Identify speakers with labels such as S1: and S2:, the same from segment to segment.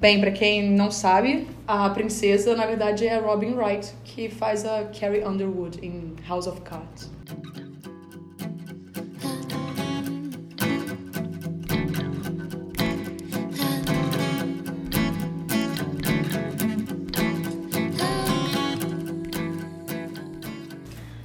S1: Bem, pra quem não sabe, a princesa, na verdade, é Robin Wright, que faz a Carrie Underwood em House of Cards.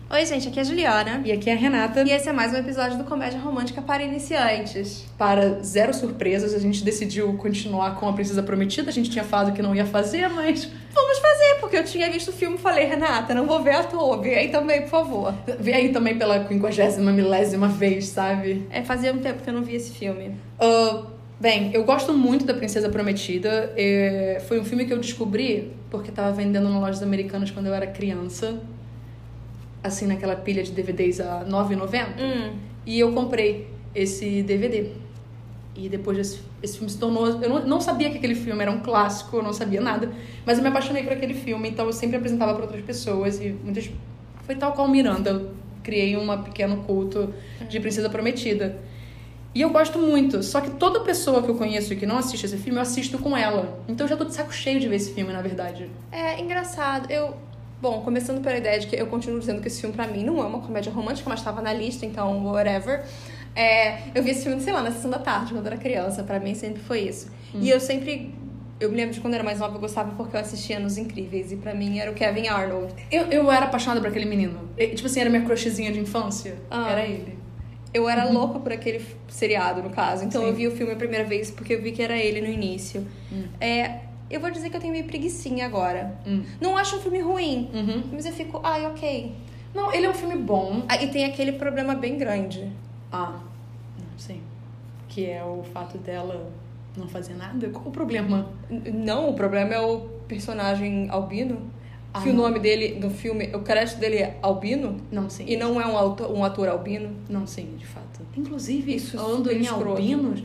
S2: Oi, gente, aqui é a Juliana.
S1: E aqui é a Renata.
S2: E esse é mais um episódio do Comédia Romântica para Iniciantes.
S1: Para zero surpresas, a gente decidiu continuar com a Princesa Prometida. A gente tinha falado que não ia fazer, mas
S2: Vamos fazer, porque eu tinha visto o filme e falei, Renata, não vou ver à toa, vê aí também, por favor.
S1: vê aí também pela quinquagésima milésima vez, sabe?
S2: É, fazia um tempo que eu não vi esse filme.
S1: Ah, bem, eu gosto muito da Princesa Prometida. É, foi um filme que eu descobri porque tava vendendo em lojas americanas quando eu era criança. Assim, naquela pilha de DVDs a R$ 9,90.
S2: Hum,
S1: E eu comprei esse DVD. E depois esse, esse filme se tornou. Eu não, não sabia que aquele filme era um clássico, eu não sabia nada. Mas eu me apaixonei por aquele filme, então eu sempre apresentava para outras pessoas. E muitas. Foi tal qual Miranda. Eu criei um pequeno culto de Princesa Prometida. E eu gosto muito. Só que toda pessoa que eu conheço e que não assiste esse filme, eu assisto com ela. Então eu já tô de saco cheio de ver esse filme, na verdade.
S2: é engraçado. Eu. Bom, começando pela ideia de que eu continuo dizendo que esse filme pra mim não é uma comédia romântica, mas tava na lista, então whatever. É, eu vi esse filme, sei lá, na sessão da tarde, quando eu era criança. Pra mim sempre foi isso. E eu sempre. Eu me lembro de quando eu era mais nova, eu gostava porque eu assistia nos Incríveis. E pra mim era o Kevin Arnold.
S1: Eu, eu era apaixonada por aquele menino. E, tipo assim, era minha crushzinha de infância.
S2: Ah.
S1: Era ele.
S2: Eu era louca por aquele f- seriado, no caso. Então
S1: Sim.
S2: eu vi o filme a primeira vez porque eu vi que era ele no início. É, eu vou dizer que eu tenho meio preguicinha agora.
S1: Hum.
S2: Não acho um filme ruim,
S1: Uhum.
S2: mas eu fico, ai, ok.
S1: Não, ele é um filme bom.
S2: Ah, e tem aquele problema bem grande.
S1: Ah, não sei. Que é o fato dela não fazer nada? Qual o problema?
S2: N- Não, o problema é o personagem albino.
S1: Ah,
S2: que o
S1: não.
S2: nome dele no filme, o crédito dele é albino.
S1: Não sei.
S2: E não é um auto- um ator albino.
S1: Não sei, de fato. Inclusive,
S2: Isso é
S1: falando
S2: super
S1: em
S2: escroto.
S1: albinos,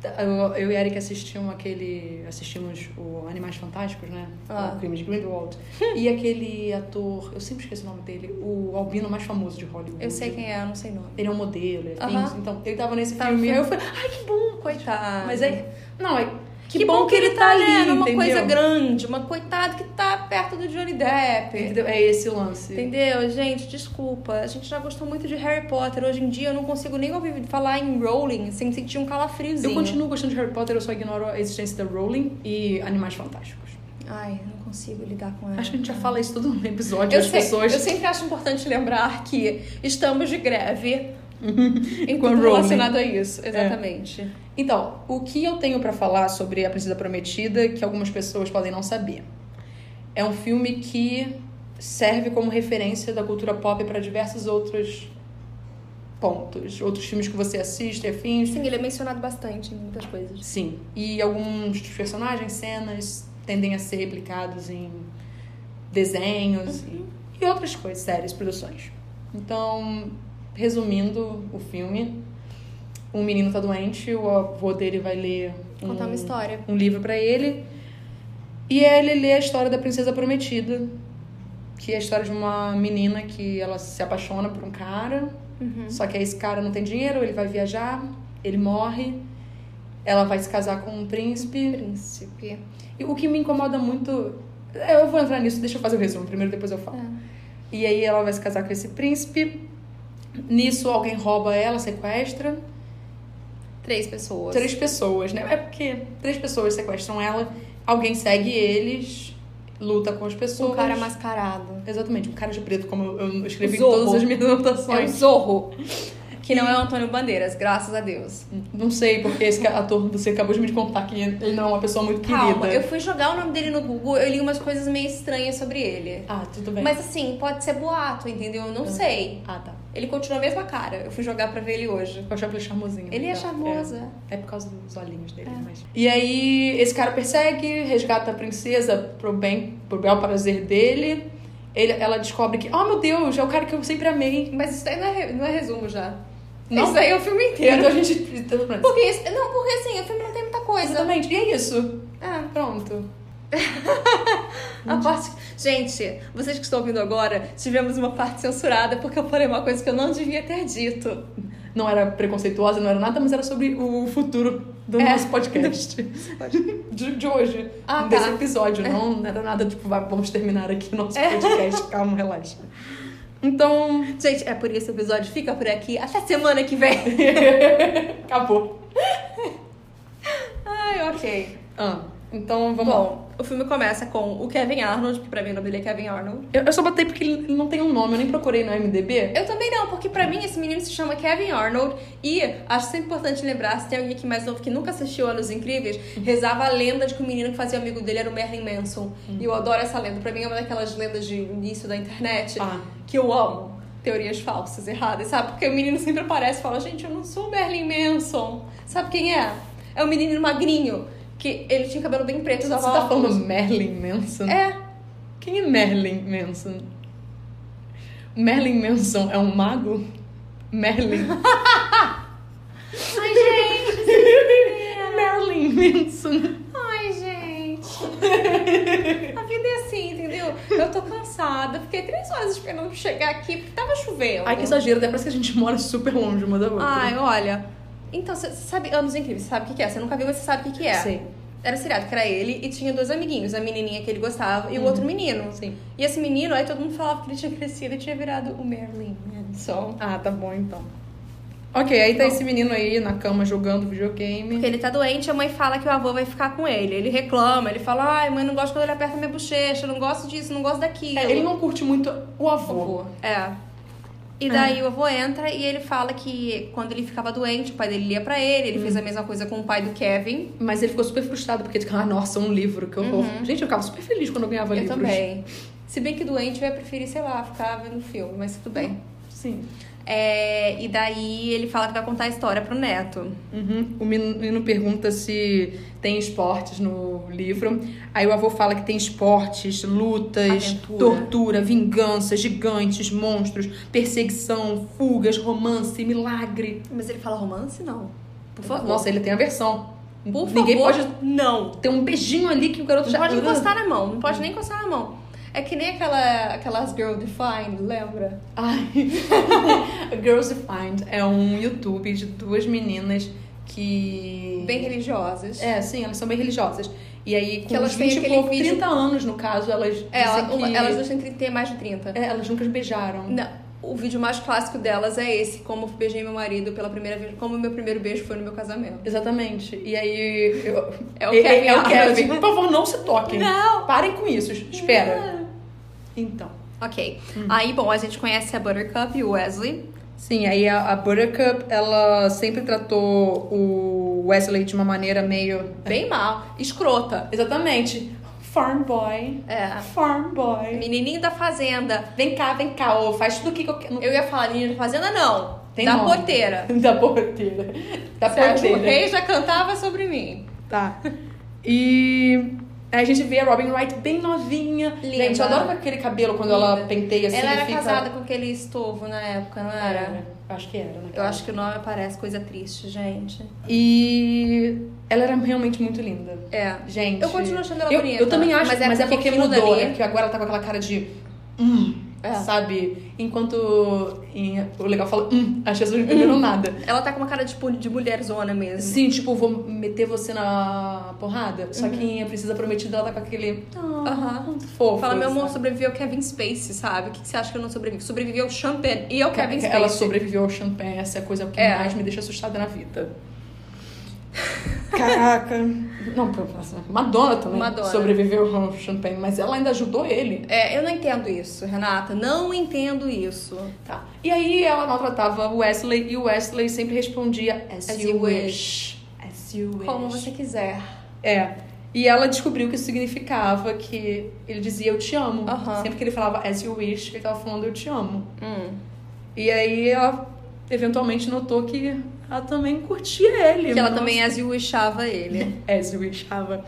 S1: tá, eu, eu e a Eric assistimos aquele. assistimos o Animais Fantásticos, né?
S2: Ah.
S1: O crime de Grindelwald. e aquele ator, eu sempre esqueço o nome dele, o albino mais famoso de Hollywood.
S2: Eu sei quem é, eu não sei o nome.
S1: Ele é um modelo, ele é
S2: Aham.
S1: famous. Então, ele tava nesse
S2: Tá,
S1: filme.
S2: foi-
S1: Aí eu falei, ai, que bom!
S2: Coitado.
S1: Mas aí. Não, é.
S2: Que, bom, que ele tá ali,
S1: é
S2: numa coisa grande, uma coitada que tá perto do Johnny Depp.
S1: É esse o lance.
S2: Entendeu? Gente, desculpa. A gente já gostou muito de Harry Potter. Hoje em dia eu não consigo nem ouvir falar em Rowling sem sentir um calafriozinho.
S1: Eu continuo gostando de Harry Potter, eu só ignoro a existência da Rowling e Animais Fantásticos.
S2: Ai, eu não consigo lidar com ela.
S1: Acho que a gente já fala isso todo no episódio,
S2: eu
S1: as
S2: sei,
S1: pessoas.
S2: eu sempre acho importante lembrar que estamos de greve. em
S1: Com a
S2: tudo
S1: Rowling. É.
S2: relacionado a isso, exatamente.
S1: Então, o que eu tenho pra falar sobre A Princesa Prometida, que algumas pessoas podem não saber. É um filme que serve como referência da cultura pop para diversos outros pontos. Outros filmes que você assiste, afins.
S2: Sim, ele é mencionado bastante em muitas coisas.
S1: Sim. E alguns dos personagens, cenas, tendem a ser replicados em desenhos e, e outras coisas, séries, produções. Então, resumindo o filme, um menino tá doente, o avô dele vai ler um,
S2: Contar uma história.
S1: um livro pra ele. E ele lê a história da Princesa Prometida, que é a história de uma menina que ela se apaixona por um cara, só que aí esse cara não tem dinheiro, ele vai viajar, ele morre, ela vai se casar com um príncipe.
S2: Príncipe.
S1: E o que me incomoda muito. Eu vou entrar nisso, deixa eu fazer o resumo primeiro, depois eu falo.
S2: É.
S1: E aí ela vai se casar com esse príncipe. Nisso alguém rouba ela, sequestra.
S2: Três pessoas.
S1: Três pessoas, né? É porque três pessoas sequestram ela, alguém segue eles, luta com as pessoas.
S2: Um cara mascarado.
S1: Exatamente, um cara de preto, como eu- eu escrevi em
S2: Zorro.
S1: todas as minhas
S2: É o
S1: anotações.
S2: Zorro. Que não é o Antônio Bandeiras, graças a Deus.
S1: Não sei, porque esse ca- ator você acabou de me contar que ele não é uma pessoa muito querida.
S2: Calma, eu fui jogar o nome dele no Google, eu li umas coisas meio estranhas sobre ele.
S1: Ah, tudo bem.
S2: Mas assim, pode ser boato, entendeu? Eu não sei.
S1: Ah, tá.
S2: Ele continua a mesma cara. Eu fui jogar pra ver ele hoje.
S1: Eu achava ele charmosinho.
S2: Ele é
S1: Tá.
S2: charmosa.
S1: É por causa dos olhinhos dele, mas. E aí, esse cara persegue, resgata a princesa pro bem, pro bel prazer dele. Ele, ela descobre que, oh meu Deus, é o cara que eu sempre amei.
S2: Mas isso aí não é, re- não é resumo já.
S1: Não?
S2: Isso aí é o filme
S1: Então
S2: inteiro.
S1: a gente. então, pronto.
S2: Porque isso- não, porque assim, o filme não tem muita coisa.
S1: Exatamente. E é isso.
S2: Ah,
S1: Pronto.
S2: a parte. Gente, vocês que estão ouvindo agora, tivemos uma parte censurada porque eu falei uma coisa que eu não devia ter dito.
S1: Não era preconceituosa, não era nada, mas era sobre o futuro do
S2: É.
S1: nosso podcast. De, de hoje.
S2: Ah,
S1: desse
S2: tá.
S1: episódio. Não, não era nada tipo, "Vai, vamos terminar aqui o nosso
S2: É.
S1: podcast. Calma, relaxa. Então,
S2: Gente, é por isso o episódio fica por aqui. Até semana que vem.
S1: acabou.
S2: Ai, ok.
S1: Ah, então vamos lá.
S2: Bom, o filme começa com o Kevin Arnold, que pra mim o nome dele é Kevin Arnold.
S1: Eu, eu só botei porque ele não tem um nome, eu nem procurei no MDB.
S2: Eu também não, porque pra mim esse menino se chama Kevin Arnold e acho sempre importante lembrar, se tem alguém aqui mais novo que nunca assistiu Anos Incríveis,
S1: Uhum.
S2: rezava a lenda de que o menino que fazia amigo dele era o Merlin Manson.
S1: Uhum.
S2: E eu adoro essa lenda, pra mim é uma daquelas lendas de início da internet
S1: Ah.
S2: que eu amo. Teorias falsas, erradas, sabe? Porque o menino sempre aparece e fala, gente, eu não sou o Merlin Manson. Sabe quem é? É um menino magrinho, que ele tinha cabelo bem preto,
S1: Você
S2: usava
S1: tá
S2: óculos.
S1: falando Merlin Manson?
S2: É,
S1: Quem é Merlin Manson? Merlin Manson é um mago? Merlin.
S2: Ai, gente! É.
S1: Merlin Manson.
S2: Ai, gente! A vida é assim, entendeu? Eu tô cansada, fiquei três horas esperando chegar aqui porque tava chovendo.
S1: Ai, que exagero, até parece que a gente mora super longe uma da outra.
S2: Ai, olha. Então, você sabe Anos Incríveis, você sabe o que, que é? Você nunca viu, mas você sabe o que, que é.
S1: Sei.
S2: Era seriado, que era ele, e tinha dois amiguinhos, a menininha que ele gostava e o outro menino.
S1: Uhum. Sim.
S2: E esse menino, aí todo mundo falava que ele tinha crescido e tinha virado o Merlin um. Manson.
S1: Ah, tá bom então. Ok, aí tá esse menino aí na cama jogando videogame.
S2: Porque ele tá doente, a mãe fala que o avô vai ficar com ele. Ele reclama, ele fala, ai, mãe, não gosto quando ele aperta minha bochecha, não gosto disso, não gosto daquilo.
S1: É, ele não curte muito o avô.
S2: É. E daí o avô entra e ele fala que quando ele ficava doente, o pai dele lia pra ele, ele fez a mesma coisa com o pai do Kevin.
S1: Mas ele ficou super frustrado porque, tipo, ah, nossa, um livro, que horror. Gente, eu ficava super feliz quando eu ganhava
S2: Uhum. Eu
S1: livros.
S2: também. Se bem que doente, eu ia preferir, sei lá, ficar vendo um filme, mas tudo bem.
S1: Sim.
S2: É, e daí ele fala que vai contar a história pro neto.
S1: Uhum. O menino pergunta se tem esportes no livro. Aí o avô fala que tem esportes, lutas,
S2: Aventura.
S1: tortura, vingança, gigantes, monstros, perseguição, fugas, romance, milagre.
S2: Mas ele fala romance? Não. Por favor.
S1: Nossa, ele tem a versão.
S2: Por
S1: Ninguém
S2: favor,
S1: pode
S2: Não.
S1: ter um beijinho ali que o garoto
S2: Não
S1: já
S2: pode encostar na mão, não pode nem encostar na mão. É que nem aquela, aquelas Girl Defined, lembra?
S1: Ai. Girls Defined é um YouTube de duas meninas que.
S2: Bem religiosas.
S1: É, sim, elas são bem religiosas. E aí, com
S2: Que elas
S1: uns
S2: têm
S1: 20 e
S2: aquele
S1: pouco,
S2: vídeo-
S1: 30 anos no caso, elas.
S2: É, ela-
S1: dizem
S2: uma-
S1: que-
S2: elas duas têm 30 e mais de 30.
S1: É, elas nunca se beijaram.
S2: Não, o vídeo mais clássico delas é esse, como beijei meu marido pela primeira vez, como meu primeiro beijo foi no meu casamento.
S1: Exatamente. E aí. eu-
S2: É o
S1: É-
S2: Kevin
S1: é o
S2: Arnold.
S1: Kevin. Por favor, não se toquem.
S2: Não!
S1: Parem com isso. Espera. Então.
S2: Ok. Aí, bom, a gente conhece a Buttercup e o Wesley.
S1: Sim, aí a, a Buttercup, ela sempre tratou o Wesley de uma maneira meio.
S2: Bem mal. Escrota.
S1: Exatamente. Farm boy.
S2: É.
S1: Farm boy.
S2: Menininho da fazenda.
S1: Vem cá, vem cá, ô, faz tudo o que eu quero.
S2: Eu ia falar menino da fazenda, não.
S1: Tem
S2: da
S1: nome.
S2: porteira.
S1: Da porteira. Da
S2: Sérgio
S1: porteira.
S2: Reis já cantava sobre mim.
S1: Tá. E aí a gente vê a Robin Wright bem novinha.
S2: Linda.
S1: Gente, eu adoro aquele cabelo quando ela
S2: Linda.
S1: penteia assim.
S2: Ela
S1: e
S2: era
S1: fica...
S2: casada com aquele estovo na época, não era?
S1: Era. Acho que era, né?
S2: Eu acho que o nome parece coisa triste, gente.
S1: E ela era realmente muito linda.
S2: É.
S1: Gente.
S2: Eu continuo achando ela
S1: eu,
S2: bonita.
S1: Eu também acho, mas é, porque,
S2: aquilo
S1: mudou.
S2: dali-
S1: É porque agora ela tá com aquela cara de. Hum,
S2: É.
S1: sabe? Enquanto em- o legal fala, hum, as pessoas não entenderam nada.
S2: Ela tá com uma cara de, tipo, de mulherzona mesmo.
S1: Sim, tipo, vou meter você na porrada.
S2: Uhum.
S1: Só que em A Princesa Prometida, ela tá com aquele.
S2: Aham.
S1: Muito fofo.
S2: Fala, meu amor,
S1: sabe?
S2: sobrevivi ao Kevin Spacey, sabe? O que, que você acha que eu não sobrevivi? Sobrevivi ao Champagne e ao Kevin Spacey.
S1: Ela sobreviveu ao champanhe, essa é a coisa que
S2: É.
S1: mais me deixa assustada na vida. Caraca. Não, pô, nossa, Madonna também
S2: Madonna.
S1: sobreviveu ao champanhe, mas ela ainda ajudou ele.
S2: É, eu não entendo isso, Renata. Não entendo isso.
S1: Tá. E aí ela maltratava o Wesley e o Wesley sempre respondia as,
S2: As
S1: you
S2: you
S1: wish. As you wish.
S2: Como você quiser.
S1: É. E ela descobriu que isso significava que ele dizia eu te amo.
S2: Aham.
S1: Sempre que ele falava as you wish, ele tava falando eu te amo.
S2: Hum.
S1: E aí ela eventualmente notou que ela também curtia ele.
S2: Que ela
S1: Nossa.
S2: também aziuixava ele.
S1: Ezio estava.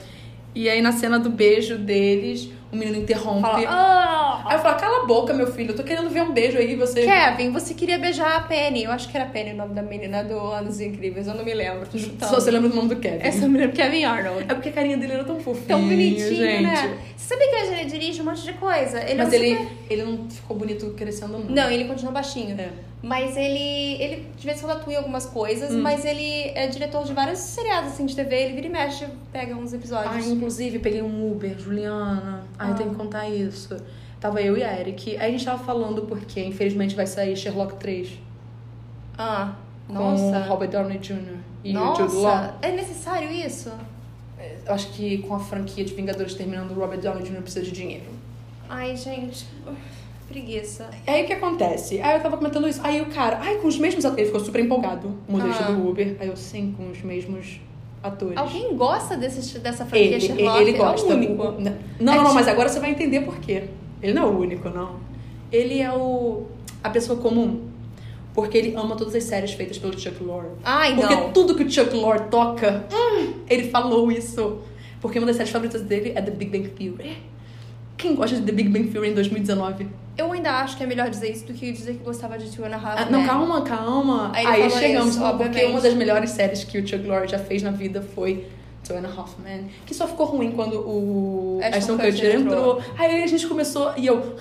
S1: E aí na cena do beijo deles, o menino interrompe.
S2: Fala, ah,
S1: Aí eu falo, cala a boca, meu filho, eu tô querendo ver um beijo aí, você.
S2: Kevin, você queria beijar a Penny. Eu acho que era Penny o nome da menina do Anos Incríveis. Eu não me lembro. tô chutando.
S1: Só você lembra do nome do Kevin.
S2: É só me lembro Kevin Arnold.
S1: É porque a carinha dele era tão fofinha.
S2: Tão bonitinho,
S1: gente.
S2: né? Você sabia que hoje ele dirige um monte de coisa? Ele é
S1: Mas
S2: um
S1: ele,
S2: super-
S1: ele não ficou bonito crescendo, não.
S2: Não, ele continua baixinho.
S1: É.
S2: Mas ele, ele de vez em quando atua em algumas coisas,
S1: Hum.
S2: mas ele é diretor de vários seriados assim, de TV, ele vira e mexe, pega uns episódios.
S1: Ai, inclusive, peguei um Uber, Juliana. Ai,
S2: Ah.
S1: tem que contar isso. Tava eu e a Eric. Aí a gente tava falando porque, infelizmente, vai sair Sherlock 3
S2: Ah,
S1: com
S2: nossa.
S1: Robert Downey Jr. e o Jude Law.
S2: Nossa, é necessário isso?
S1: Eu acho que com a franquia de Vingadores terminando, o Robert Downey Jr. precisa de dinheiro.
S2: Ai, gente, preguiça.
S1: Aí o que acontece? Aí eu tava comentando isso. Aí o cara, ai, com os mesmos atores. Ele ficou super empolgado, o motorista
S2: Ah.
S1: do Uber. Aí eu, sim, com os mesmos atores.
S2: Alguém gosta desse, dessa franquia
S1: ele, ele,
S2: Sherlock?
S1: ele gosta.
S2: É o único.
S1: O- o- Não, não, não, mas agora você vai entender por quê. Ele não é o único, não. Ele é o a pessoa comum. Porque ele ama todas as séries feitas pelo Chuck Lorre.
S2: Ai,
S1: Porque
S2: não.
S1: tudo que o Chuck Lorre toca, hum, ele falou isso. Porque uma das séries favoritas dele é The Big Bang Theory. Quem gosta de The Big Bang Theory em 2019?
S2: Eu ainda acho que é melhor dizer isso do que dizer que gostava de Two and a Half
S1: Ah, não,
S2: Men.
S1: calma, calma.
S2: né? Aí
S1: Aí,
S2: ele falou
S1: chegamos,
S2: isso,
S1: lá, porque
S2: obviamente.
S1: uma das melhores séries que o Chuck Lorre já fez na vida foi Two and a Half Men, que só ficou ruim quando o
S2: Ashton
S1: Ashton
S2: Kutcher
S1: Kutcher
S2: entrou.
S1: entrou. Aí a gente começou e eu,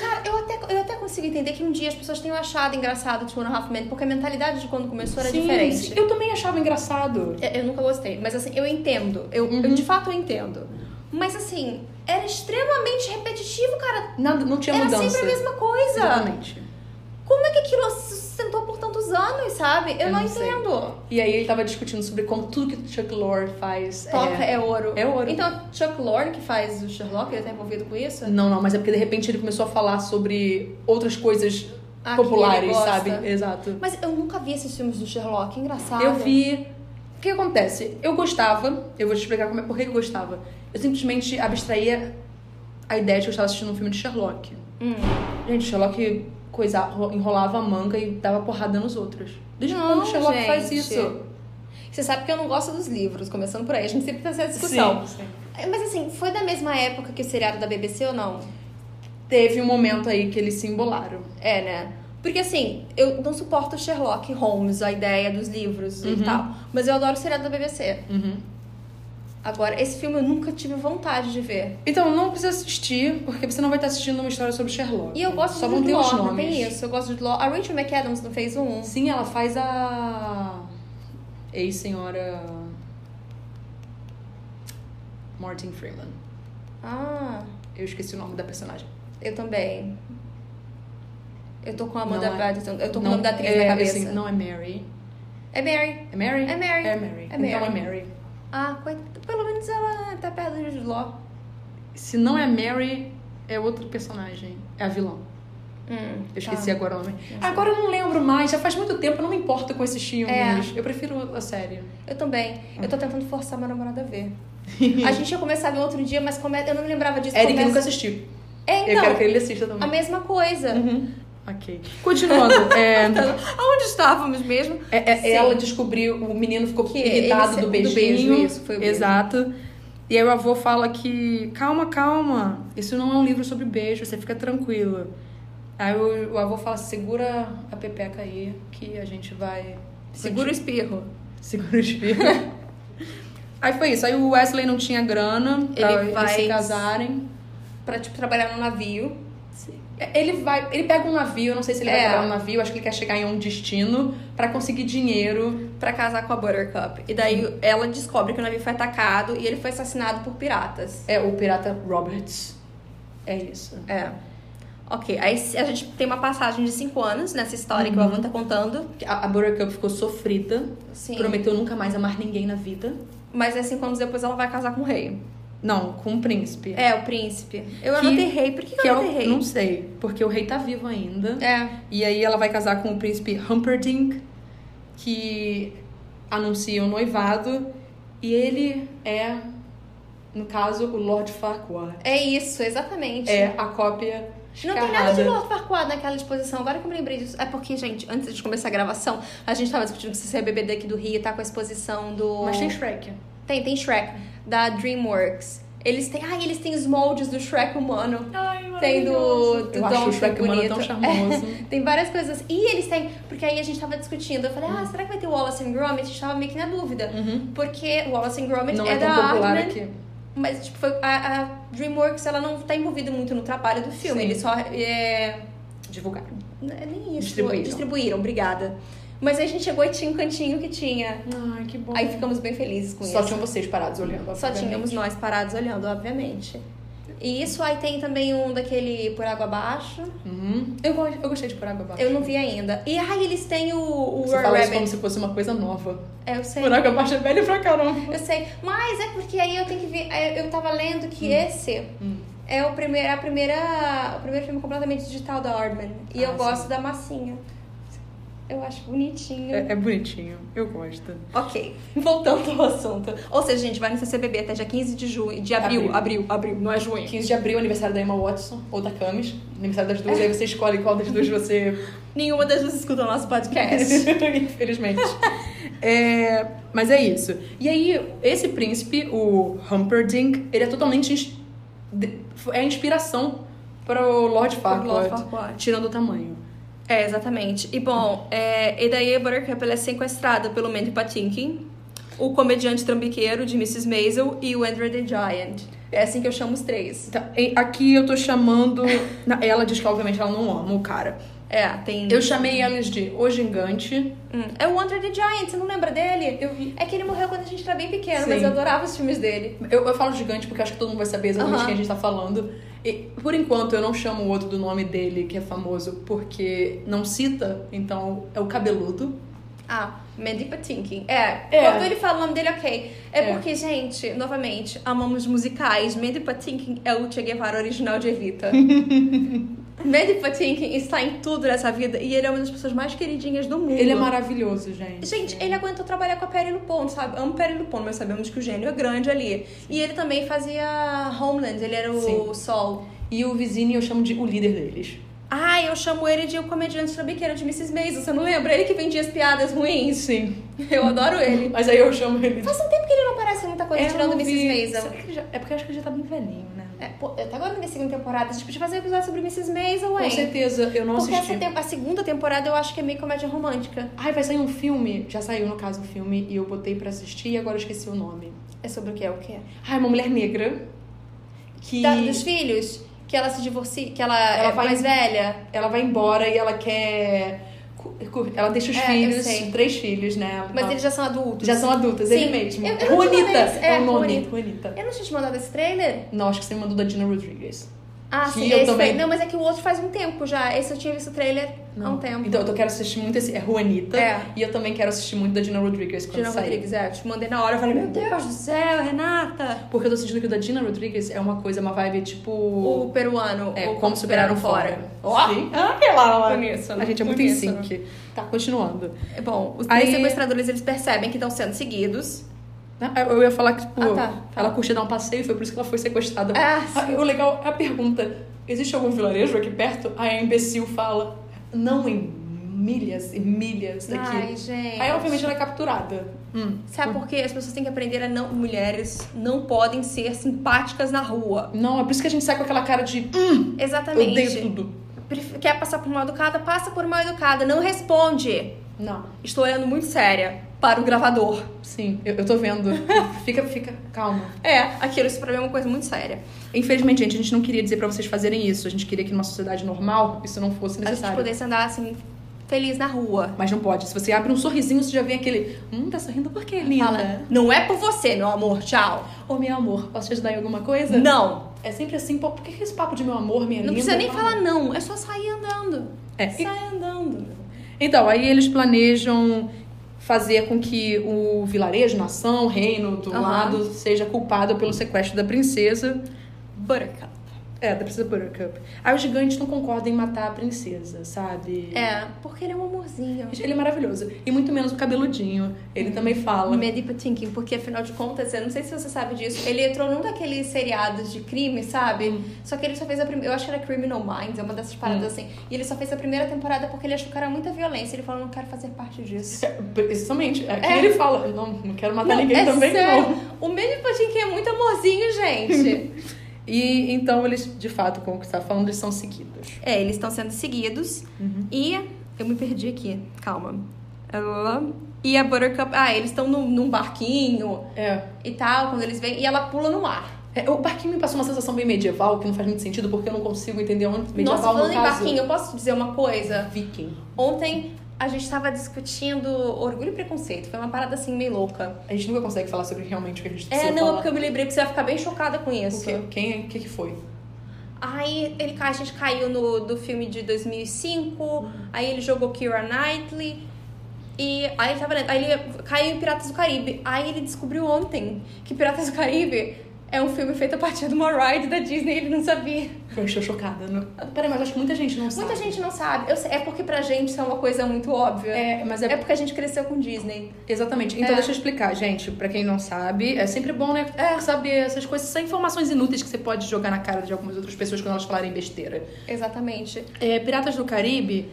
S2: Cara, eu até, eu até consigo entender que um dia as pessoas tenham achado engraçado Two and a Half Men, porque a mentalidade de quando começou era
S1: sim,
S2: diferente.
S1: sim. eu também achava engraçado.
S2: É, Eu, eu nunca gostei, mas assim, eu entendo. Eu,
S1: Uhum.
S2: eu, de fato eu entendo. Mas assim, era extremamente repetitivo, cara.
S1: Nada, não tinha
S2: era
S1: mudança.
S2: sempre a mesma coisa.
S1: Exatamente.
S2: Como é que aquilo se sustentou por tantos anos, sabe? Eu,
S1: Eu
S2: não,
S1: não sei.
S2: entendo.
S1: E aí ele tava discutindo sobre como tudo que o Chuck Lorre faz
S2: Toca
S1: é...
S2: é, ouro.
S1: é ouro.
S2: Então, Chuck Lorre, que faz o Sherlock, ele tá envolvido com isso?
S1: Não, não, mas é porque de repente ele começou a falar sobre outras coisas
S2: Ah, que ele
S1: populares,
S2: gosta.
S1: sabe? Exato.
S2: Mas eu nunca vi esses filmes do Sherlock, engraçado.
S1: Eu vi. O que acontece? Eu gostava, eu vou te explicar como é, por que eu gostava. Eu simplesmente abstraía a ideia de que eu estava assistindo um filme de Sherlock.
S2: Hum.
S1: Gente, Sherlock coisa, ro- enrolava a manga e dava porrada nos outros. Desde
S2: Não,
S1: quando o Sherlock
S2: gente.
S1: faz isso?
S2: Você sabe que eu não gosto dos livros, começando por aí. A gente sempre tem essa discussão.
S1: Sim, sim.
S2: Mas assim, foi da mesma época que o seriado da BBC ou não?
S1: Teve um momento aí que eles se embolaram.
S2: É, né? Porque assim, eu não suporto Sherlock Holmes, a ideia dos livros e tal. Mas eu adoro o seriado da BBC.
S1: Uhum.
S2: Agora, esse filme eu nunca tive vontade de ver.
S1: Então, não precisa assistir, porque você não vai estar assistindo uma história sobre Sherlock.
S2: E eu gosto
S1: Só
S2: de
S1: vão
S2: Jude
S1: ter os
S2: Law, não
S1: nomes.
S2: tem isso. Eu gosto de Jude Law. A Rachel McAdams não fez um.
S1: Sim, ela faz a. Ex-senhora. Martin Freeman.
S2: Ah,
S1: Eu esqueci o nome da personagem.
S2: eu também. Eu tô com a Amanda
S1: Não é-
S2: Bradton. Eu tô com o nome da atriz na cabeça.
S1: assim, não é Mary.
S2: É Mary.
S1: É Mary?
S2: É Mary.
S1: É Mary.
S2: É Mary.
S1: Então é Mary.
S2: Ah, coitada. Pelo menos ela tá perto do Jude Law.
S1: Se não é Mary, é outro personagem. É a vilã.
S2: Hum,
S1: Eu esqueci agora o nome.
S2: sei.
S1: Agora eu não lembro mais, já faz muito tempo, eu não me importo com esses filmes.
S2: É.
S1: Eu prefiro a série.
S2: Eu também. Eu tô tentando forçar meu namorado a ver. a gente ia começar a ver outro dia, mas come... eu não me lembrava disso.
S1: Eric
S2: começa...
S1: nunca assistiu.
S2: É,
S1: eu
S2: então,
S1: quero que Uhum. ele assista também.
S2: a mesma coisa. Então,
S1: Ok. Continuando. é,
S2: Aonde estávamos mesmo?
S1: É, é-
S2: Sim.
S1: ela descobriu, o menino ficou
S2: Que
S1: irritado
S2: ele-
S1: do
S2: do
S1: beijinho.
S2: beijo, isso, foi o beijo.
S1: Exato. E aí o avô fala que, calma, calma, isso não é um livro sobre beijo, você fica tranquila. Aí o, o avô fala, segura a pepeca aí, que a gente vai...
S2: o espirro.
S1: Segura o espirro. aí foi isso, aí o Wesley não tinha grana pra
S2: Ele
S1: eles
S2: vai-
S1: se casarem.
S2: Pra, tipo, trabalhar no navio.
S1: Ele vai, ele pega um navio, eu não sei se ele vai
S2: É.
S1: pegar um navio, acho que ele quer chegar em um destino pra conseguir dinheiro.
S2: Pra casar com a Buttercup. E daí ela descobre que o navio foi atacado e ele foi assassinado por piratas.
S1: É o pirata Roberts. É isso.
S2: É. Ok, aí a gente tem uma passagem de cinco anos nessa história que o
S1: Uhum.
S2: Avon tá contando.
S1: A, a Buttercup ficou sofrida,
S2: Sim.
S1: prometeu nunca mais amar ninguém na vida.
S2: Mas é cinco anos depois ela vai casar com o rei.
S1: Não, com o príncipe.
S2: É, o príncipe. Eu
S1: Que-
S2: anotei rei. Por que, que
S1: que
S2: eu
S1: é
S2: anotei
S1: o,
S2: rei?
S1: não sei, porque o rei tá vivo ainda.
S2: É.
S1: E aí ela vai casar com o príncipe Humperdinck, que anuncia o noivado. E ele é, no caso, o Lord Farquaad.
S2: É isso, exatamente.
S1: É a cópia
S2: Não tem nada de
S1: escarrada.
S2: Lord Farquaad naquela exposição. Agora que eu me lembrei disso. É porque, gente, antes de começar a gravação, a gente tava discutindo que se você é bebê daqui do Rio, tá com a exposição do.
S1: Mas tem Shrek.
S2: Tem, tem Shrek, da DreamWorks. Eles têm. Ai, eles têm os moldes do Shrek humano.
S1: Ai,
S2: Tem do, do
S1: Eu
S2: Dom
S1: acho o Shrek humano
S2: bonito.
S1: tão charmoso.
S2: Tem várias coisas. assim. E eles têm. Porque aí a gente tava discutindo. Eu falei, ah, será que vai ter o Wallace and Gromit? A gente tava meio que na dúvida.
S1: Uhum.
S2: Porque o Wallace and Gromit
S1: Não
S2: é,
S1: é,
S2: da
S1: tão popular
S2: Aardman,
S1: aqui.
S2: Mas, tipo, foi, a, a DreamWorks, ela não tá envolvida muito no trabalho do filme.
S1: Sim.
S2: Ele só é,
S1: Divulgar.
S2: Não é nem isso.
S1: Distribuíram.
S2: Distribuíram, obrigada. Mas aí a gente chegou e tinha um cantinho que tinha.
S1: Ai, que bom.
S2: Aí ficamos bem felizes com
S1: Só um
S2: isso.
S1: tinham vocês parados olhando.
S2: Só
S1: obviamente.
S2: tínhamos nós parados olhando, obviamente. E isso aí tem também um daquele por água abaixo.
S1: Uhum. Eu, go- eu gostei de pôr água abaixo.
S2: Eu não vi ainda. E aí eles têm o, o
S1: Você
S2: Royal
S1: fala isso
S2: Rabbit.
S1: como se fosse uma coisa nova.
S2: É, eu sei.
S1: Por água abaixo é velho pra caramba.
S2: Eu sei. Mas é porque aí eu tenho que ver. é, Eu tava lendo que esse
S1: Hum.
S2: é o primeiro, a primeira, o primeiro filme completamente digital da Ordman. E
S1: Ah,
S2: eu
S1: sim.
S2: gosto da massinha. Eu acho bonitinho.
S1: É, é bonitinho. Eu gosto.
S2: Ok, voltando ao assunto. Ou seja, gente, vai no CCBB até dia 15 de junho. De abril, abril, abril, não é junho.
S1: 15 de abril, aniversário da Emma Watson, ou da Camis. Aniversário das
S2: É.
S1: duas, aí você escolhe qual das duas você
S2: Nenhuma das duas escuta o nosso podcast.
S1: Infelizmente. É, mas é isso. E aí, esse príncipe, o Humperdinck, ele é totalmente ins- de- é a inspiração para o Lord
S2: Lord
S1: Farquaad,
S2: Farquaad.
S1: tirando o tamanho.
S2: É, exatamente. E bom, é, e daí a Buttercup ela é sequestrada pelo Mandy Patinkin, o comediante trambiqueiro de Mrs. Maisel e o Andrew the Giant. É assim que eu chamo os três.
S1: Tá, e aqui eu tô chamando. na- Ela diz que, obviamente, ela não ama o cara.
S2: É, tem.
S1: Eu chamei elas de O Gigante.
S2: Hum, É o Andrew the Giant, você não lembra dele?
S1: Eu vi.
S2: É que ele morreu quando a gente era bem pequeno,
S1: Sim.
S2: mas eu adorava os filmes dele.
S1: Eu, eu falo gigante porque eu acho que todo mundo vai saber exatamente
S2: Aham.
S1: quem a gente tá falando. E, por enquanto, eu não chamo o outro do nome dele, que é famoso, porque não cita, então é o cabeludo.
S2: Ah, Mandy Patinkin. É,
S1: É.
S2: quando ele fala o nome dele, ok. É,
S1: É.
S2: porque, gente, novamente, amamos musicais. Mandy Patinkin é o Che Guevara original de Evita. Mandy Patinkin está em tudo nessa vida e ele é uma das pessoas mais queridinhas do mundo.
S1: Ele é maravilhoso, gente.
S2: Uhum. Gente, ele aguentou trabalhar com a Perry Lupon, sabe? Amo Perry Lupon, mas sabemos que o gênio é grande ali. E ele também fazia Homeland, ele era o
S1: Sim.
S2: Sol.
S1: E o vizinho eu chamo de o líder deles.
S2: Ah, eu chamo ele de o comediante trambiqueiro de Mrs. Maisel, você não lembra? Ele que vendia as piadas ruins.
S1: Sim.
S2: Eu adoro ele.
S1: Mas aí eu chamo ele.
S2: Faz um tempo que ele não aparece em muita coisa
S1: É, eu
S2: tirando
S1: não
S2: Mrs.
S1: vi.
S2: Maisel.
S1: Será que ele já- É porque eu acho que ele já tá bem velhinho, né?
S2: É, pô, até agora na minha segunda temporada, a gente podia fazer um episódio sobre Mrs. Maisel,
S1: Com
S2: hein?
S1: certeza, eu não
S2: Porque
S1: assisti.
S2: essa tem- a segunda temporada eu acho que é meio comédia romântica.
S1: Ai, vai sair um filme. Já saiu, no caso, um filme. E eu botei pra assistir e agora eu esqueci o nome.
S2: É sobre o que? É o que?
S1: Ai, uma mulher negra. Que
S2: Da, dos filhos? Que ela se divorcia, que ela,
S1: Ela
S2: é
S1: vai-
S2: mais velha.
S1: ela vai embora e ela quer... cu- cu- Ela deixa os
S2: É, eu
S1: filhos,
S2: sei.
S1: três filhos, né? Ela-
S2: Mas eles já são adultos.
S1: já são adultas,
S2: Sim.
S1: ele mesmo.
S2: Eu- eu não te
S1: Juanita
S2: mandei esse-
S1: é,
S2: é,
S1: o nome.
S2: Juanita.
S1: Juanita.
S2: Eu não tinha te mandado esse trailer?
S1: Não, acho que você me mandou da Gina Rodriguez.
S2: Ah,
S1: Que
S2: sim,
S1: eu
S2: esse
S1: também.
S2: Não, mas é que o outro faz um tempo já. Esse eu tinha visto o trailer há um tempo.
S1: Então, eu tô- quero assistir muito esse. É Juanita.
S2: É.
S1: E eu também quero assistir muito da Gina Rodriguez quando
S2: Gina
S1: sair.
S2: Rodrigues, é, eu te mandei na hora, eu falei, meu Deus do céu, Renata!
S1: Porque eu tô sentindo que o da Gina Rodriguez é uma coisa, uma vibe tipo.
S2: O peruano,
S1: é,
S2: o
S1: como superaram fora.
S2: Ó,
S1: Sim. Ah, é lá, lá.
S2: Bonito,
S1: A gente é muito em
S2: bonito.
S1: sync. Tá, continuando.
S2: É Bom, os
S1: Aí-
S2: três sequestradores, eles percebem que estão sendo seguidos.
S1: Ah, Eu ia falar que, tipo,
S2: Ah, tá.
S1: ela curtia dar um passeio, foi por isso que ela foi sequestrada.
S2: Ah,
S1: Ah, o legal é a pergunta: existe algum vilarejo aqui perto? Aí a imbecil fala: não em milhas e milhas daqui.
S2: Ai, gente.
S1: Aí, obviamente, ela é capturada. Hum.
S2: Sabe por quê? As pessoas têm que aprender a não... Mulheres não podem ser simpáticas na rua.
S1: Não, é por isso que a gente sai com aquela cara de. "Hum, eu
S2: Exatamente.
S1: odeio tudo.
S2: Pref- Quer passar por mal educada? Passa por mal educada. Não responde.
S1: Não,
S2: Estou olhando muito séria para o gravador.
S1: sim, eu, eu tô vendo. fica, fica, calma.
S2: É, aquilo, isso pra mim é uma coisa muito séria.
S1: Infelizmente, gente, a gente não queria dizer pra vocês fazerem isso. A gente queria que numa sociedade normal isso não fosse
S2: A gente
S1: necessário.
S2: pudesse andar assim, feliz na rua.
S1: Mas não pode. Se você abre um sorrisinho, você já vem aquele. Hum, tá sorrindo por quê, linda?
S2: Fala, não é por você, meu amor, tchau.
S1: Ô, meu amor, posso te ajudar em alguma coisa?
S2: Não.
S1: É sempre assim, pô, por que que esse papo de meu amor, minha
S2: Não
S1: linda?
S2: precisa nem falar não, é só sair andando.
S1: É.
S2: Sai andando.
S1: Então, aí eles planejam fazer com que o vilarejo, nação, reino do
S2: Aham.
S1: lado seja culpado pelo sequestro da princesa.
S2: Buttercup.
S1: É, da princesa Buttercup. Aí os gigantes não concordam em matar a princesa, sabe?
S2: É, porque ele é um amorzinho.
S1: Ele é maravilhoso. E muito menos o cabeludinho. Ele também fala.
S2: Mandy Patinkin, porque afinal de contas, eu não sei se você sabe disso, ele entrou num daqueles seriados de crime, sabe? Só que ele só fez a primeira. Eu acho que era Criminal Minds, é uma dessas paradas assim. E ele só fez a primeira temporada porque ele achou que era muita violência. Ele falou, não quero fazer parte disso.
S1: é, Principalmente. Aqui
S2: É.
S1: ele fala. Não, não quero matar
S2: não,
S1: ninguém
S2: é
S1: também,
S2: sério.
S1: não.
S2: O Mandy Patinkin é muito amorzinho, gente.
S1: E então eles, de fato, como você tá falando, eles são seguidos.
S2: é, eles estão sendo seguidos.
S1: Uhum.
S2: E eu me perdi aqui, calma. Ela- E a Buttercup. Ah, eles estão num, num barquinho
S1: É.
S2: e tal, quando eles vêm. E ela pula no mar.
S1: É, o barquinho me passou uma sensação bem medieval, que não faz muito sentido, porque eu não consigo entender onde medieval
S2: Nossa, falando
S1: no
S2: em
S1: caso. é
S2: barquinho, eu posso dizer uma coisa?
S1: Viking.
S2: Ontem a gente tava discutindo orgulho e preconceito. Foi uma parada assim meio louca.
S1: A gente nunca consegue falar sobre realmente o que a gente precisa
S2: É, não, é
S1: falar.
S2: porque eu me lembrei que você vai ficar bem chocada com
S1: O
S2: isso.
S1: que, quem, o que que foi?
S2: Aí ele, a gente caiu no do filme de 2005, aí ele jogou Kira Knightley. E aí ele tava lendo, aí ele caiu em Piratas do Caribe. Aí ele descobriu ontem que Piratas do Caribe é um filme feito a partir de uma ride da Disney, ele não sabia.
S1: Eu estou chocada. Não... Peraí, mas acho que muita gente não sabe.
S2: Muita gente não sabe. Eu sei- é porque pra gente isso é uma coisa muito óbvia.
S1: É, mas é
S2: É porque a gente cresceu com Disney.
S1: Exatamente. Então,
S2: É.
S1: deixa eu explicar, gente. Pra quem não sabe, é sempre bom, né? É, saber essas coisas. São informações inúteis que você pode jogar na cara de algumas outras pessoas quando elas falarem besteira.
S2: Exatamente.
S1: É, Piratas do Caribe.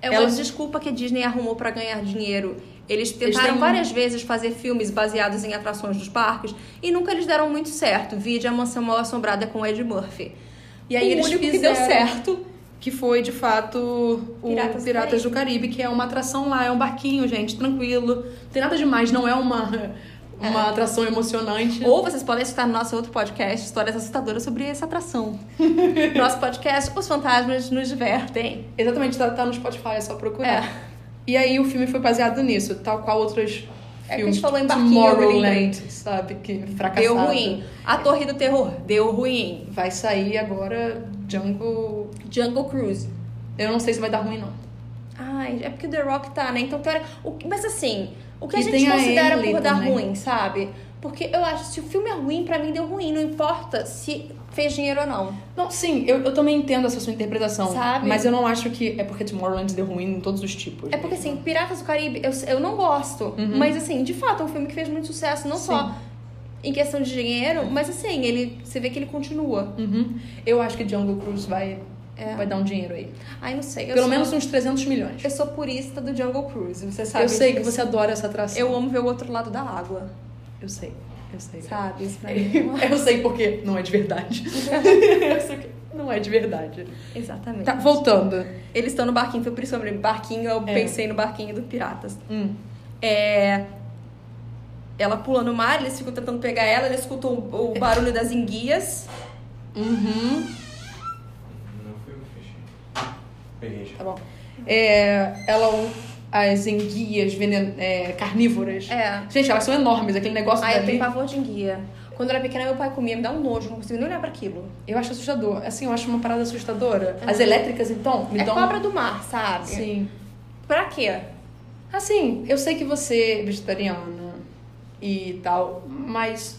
S2: É uma
S1: Ela-
S2: desculpa que a Disney arrumou pra ganhar dinheiro. Eles tentaram
S1: têm-
S2: várias vezes fazer filmes baseados em atrações dos parques e nunca eles deram muito certo. Vide a Mansão Mal Assombrada com Ed Murphy.
S1: E aí
S2: o
S1: eles
S2: único
S1: fizeram-
S2: que deu certo.
S1: Que foi, de fato, o
S2: Piratas
S1: Piratas,
S2: do
S1: do Caribe, que é uma atração lá. É um barquinho, gente, tranquilo. Não tem nada demais, não é uma, uma atração emocionante.
S2: É. Ou vocês podem escutar no nosso outro podcast, histórias assustadoras sobre essa atração. nosso podcast, Os Fantasmas Nos Divertem.
S1: Exatamente, tá, tá no Spotify, é só procurar.
S2: É.
S1: E aí o filme foi baseado nisso, tal qual outros
S2: É, a gente
S1: filmes.
S2: falou em
S1: tipo
S2: barquinho, eu me lembrei.
S1: Tomorrowland, sabe? Que fracassaram.
S2: Deu ruim. A Torre do Terror, deu ruim.
S1: Vai sair agora Django.
S2: Jungle Cruise,
S1: Eu não sei se vai dar ruim, não.
S2: Ai, é porque o The Rock tá, né? Então, teoria... o... Mas assim, o que a
S1: E
S2: gente
S1: tem a
S2: considera
S1: Emily
S2: por dar
S1: também.
S2: ruim, sabe? Porque eu acho que se o filme é ruim, pra mim deu ruim. Não importa se fez dinheiro ou não.
S1: Não, sim, eu, eu também entendo essa sua interpretação.
S2: Sabe?
S1: Mas eu não acho que é porque Tomorrowland deu ruim em todos os tipos.
S2: É porque, assim, Piratas do Caribe, eu, eu não gosto.
S1: Uhum.
S2: Mas, assim, de fato, é um filme que fez muito sucesso. Não só em questão de dinheiro, mas, assim, ele você vê que ele continua.
S1: Uhum. Eu acho que Django Cruise vai, vai dar um dinheiro aí.
S2: Ai, não sei. É. Eu
S1: Pelo
S2: sou...
S1: menos uns 300 milhões.
S2: Eu sou purista do Jungle Cruise, você sabe
S1: eu sei que
S2: disso.
S1: você é adora essa atração.
S2: Eu amo ver o outro lado da água,
S1: Eu sei, eu sei.
S2: sabe? Isso pra mim é uma-
S1: Eu sei porque não é de verdade. eu sei que não é de verdade.
S2: Exatamente.
S1: Tá, voltando.
S2: Eles estão no barquinho, foi por isso que eu lembrei. Barquinho, eu
S1: É.
S2: pensei no barquinho do Piratas.
S1: Hum.
S2: É. Ela pula no mar, eles ficam tentando pegar ela, ela escuta o, o barulho das enguias.
S1: Uhum.
S3: Não foi o que fechei. Peguei já.
S1: Tá bom. É, ela, o- as enguias venen, é, carnívoras.
S2: É.
S1: Gente, elas são enormes, aquele negócio
S2: Ai, eu
S1: dali.
S2: tenho pavor de enguia. Quando eu era pequena, meu pai comia, me dá um nojo, não consigo nem olhar pra aquilo.
S1: Eu acho assustador. Assim, eu acho uma parada assustadora. As elétricas, então, me
S2: é
S1: dão.
S2: cobra do mar, sabe?
S1: Sim.
S2: Pra quê?
S1: Assim, eu sei que você é vegetariana e tal, mas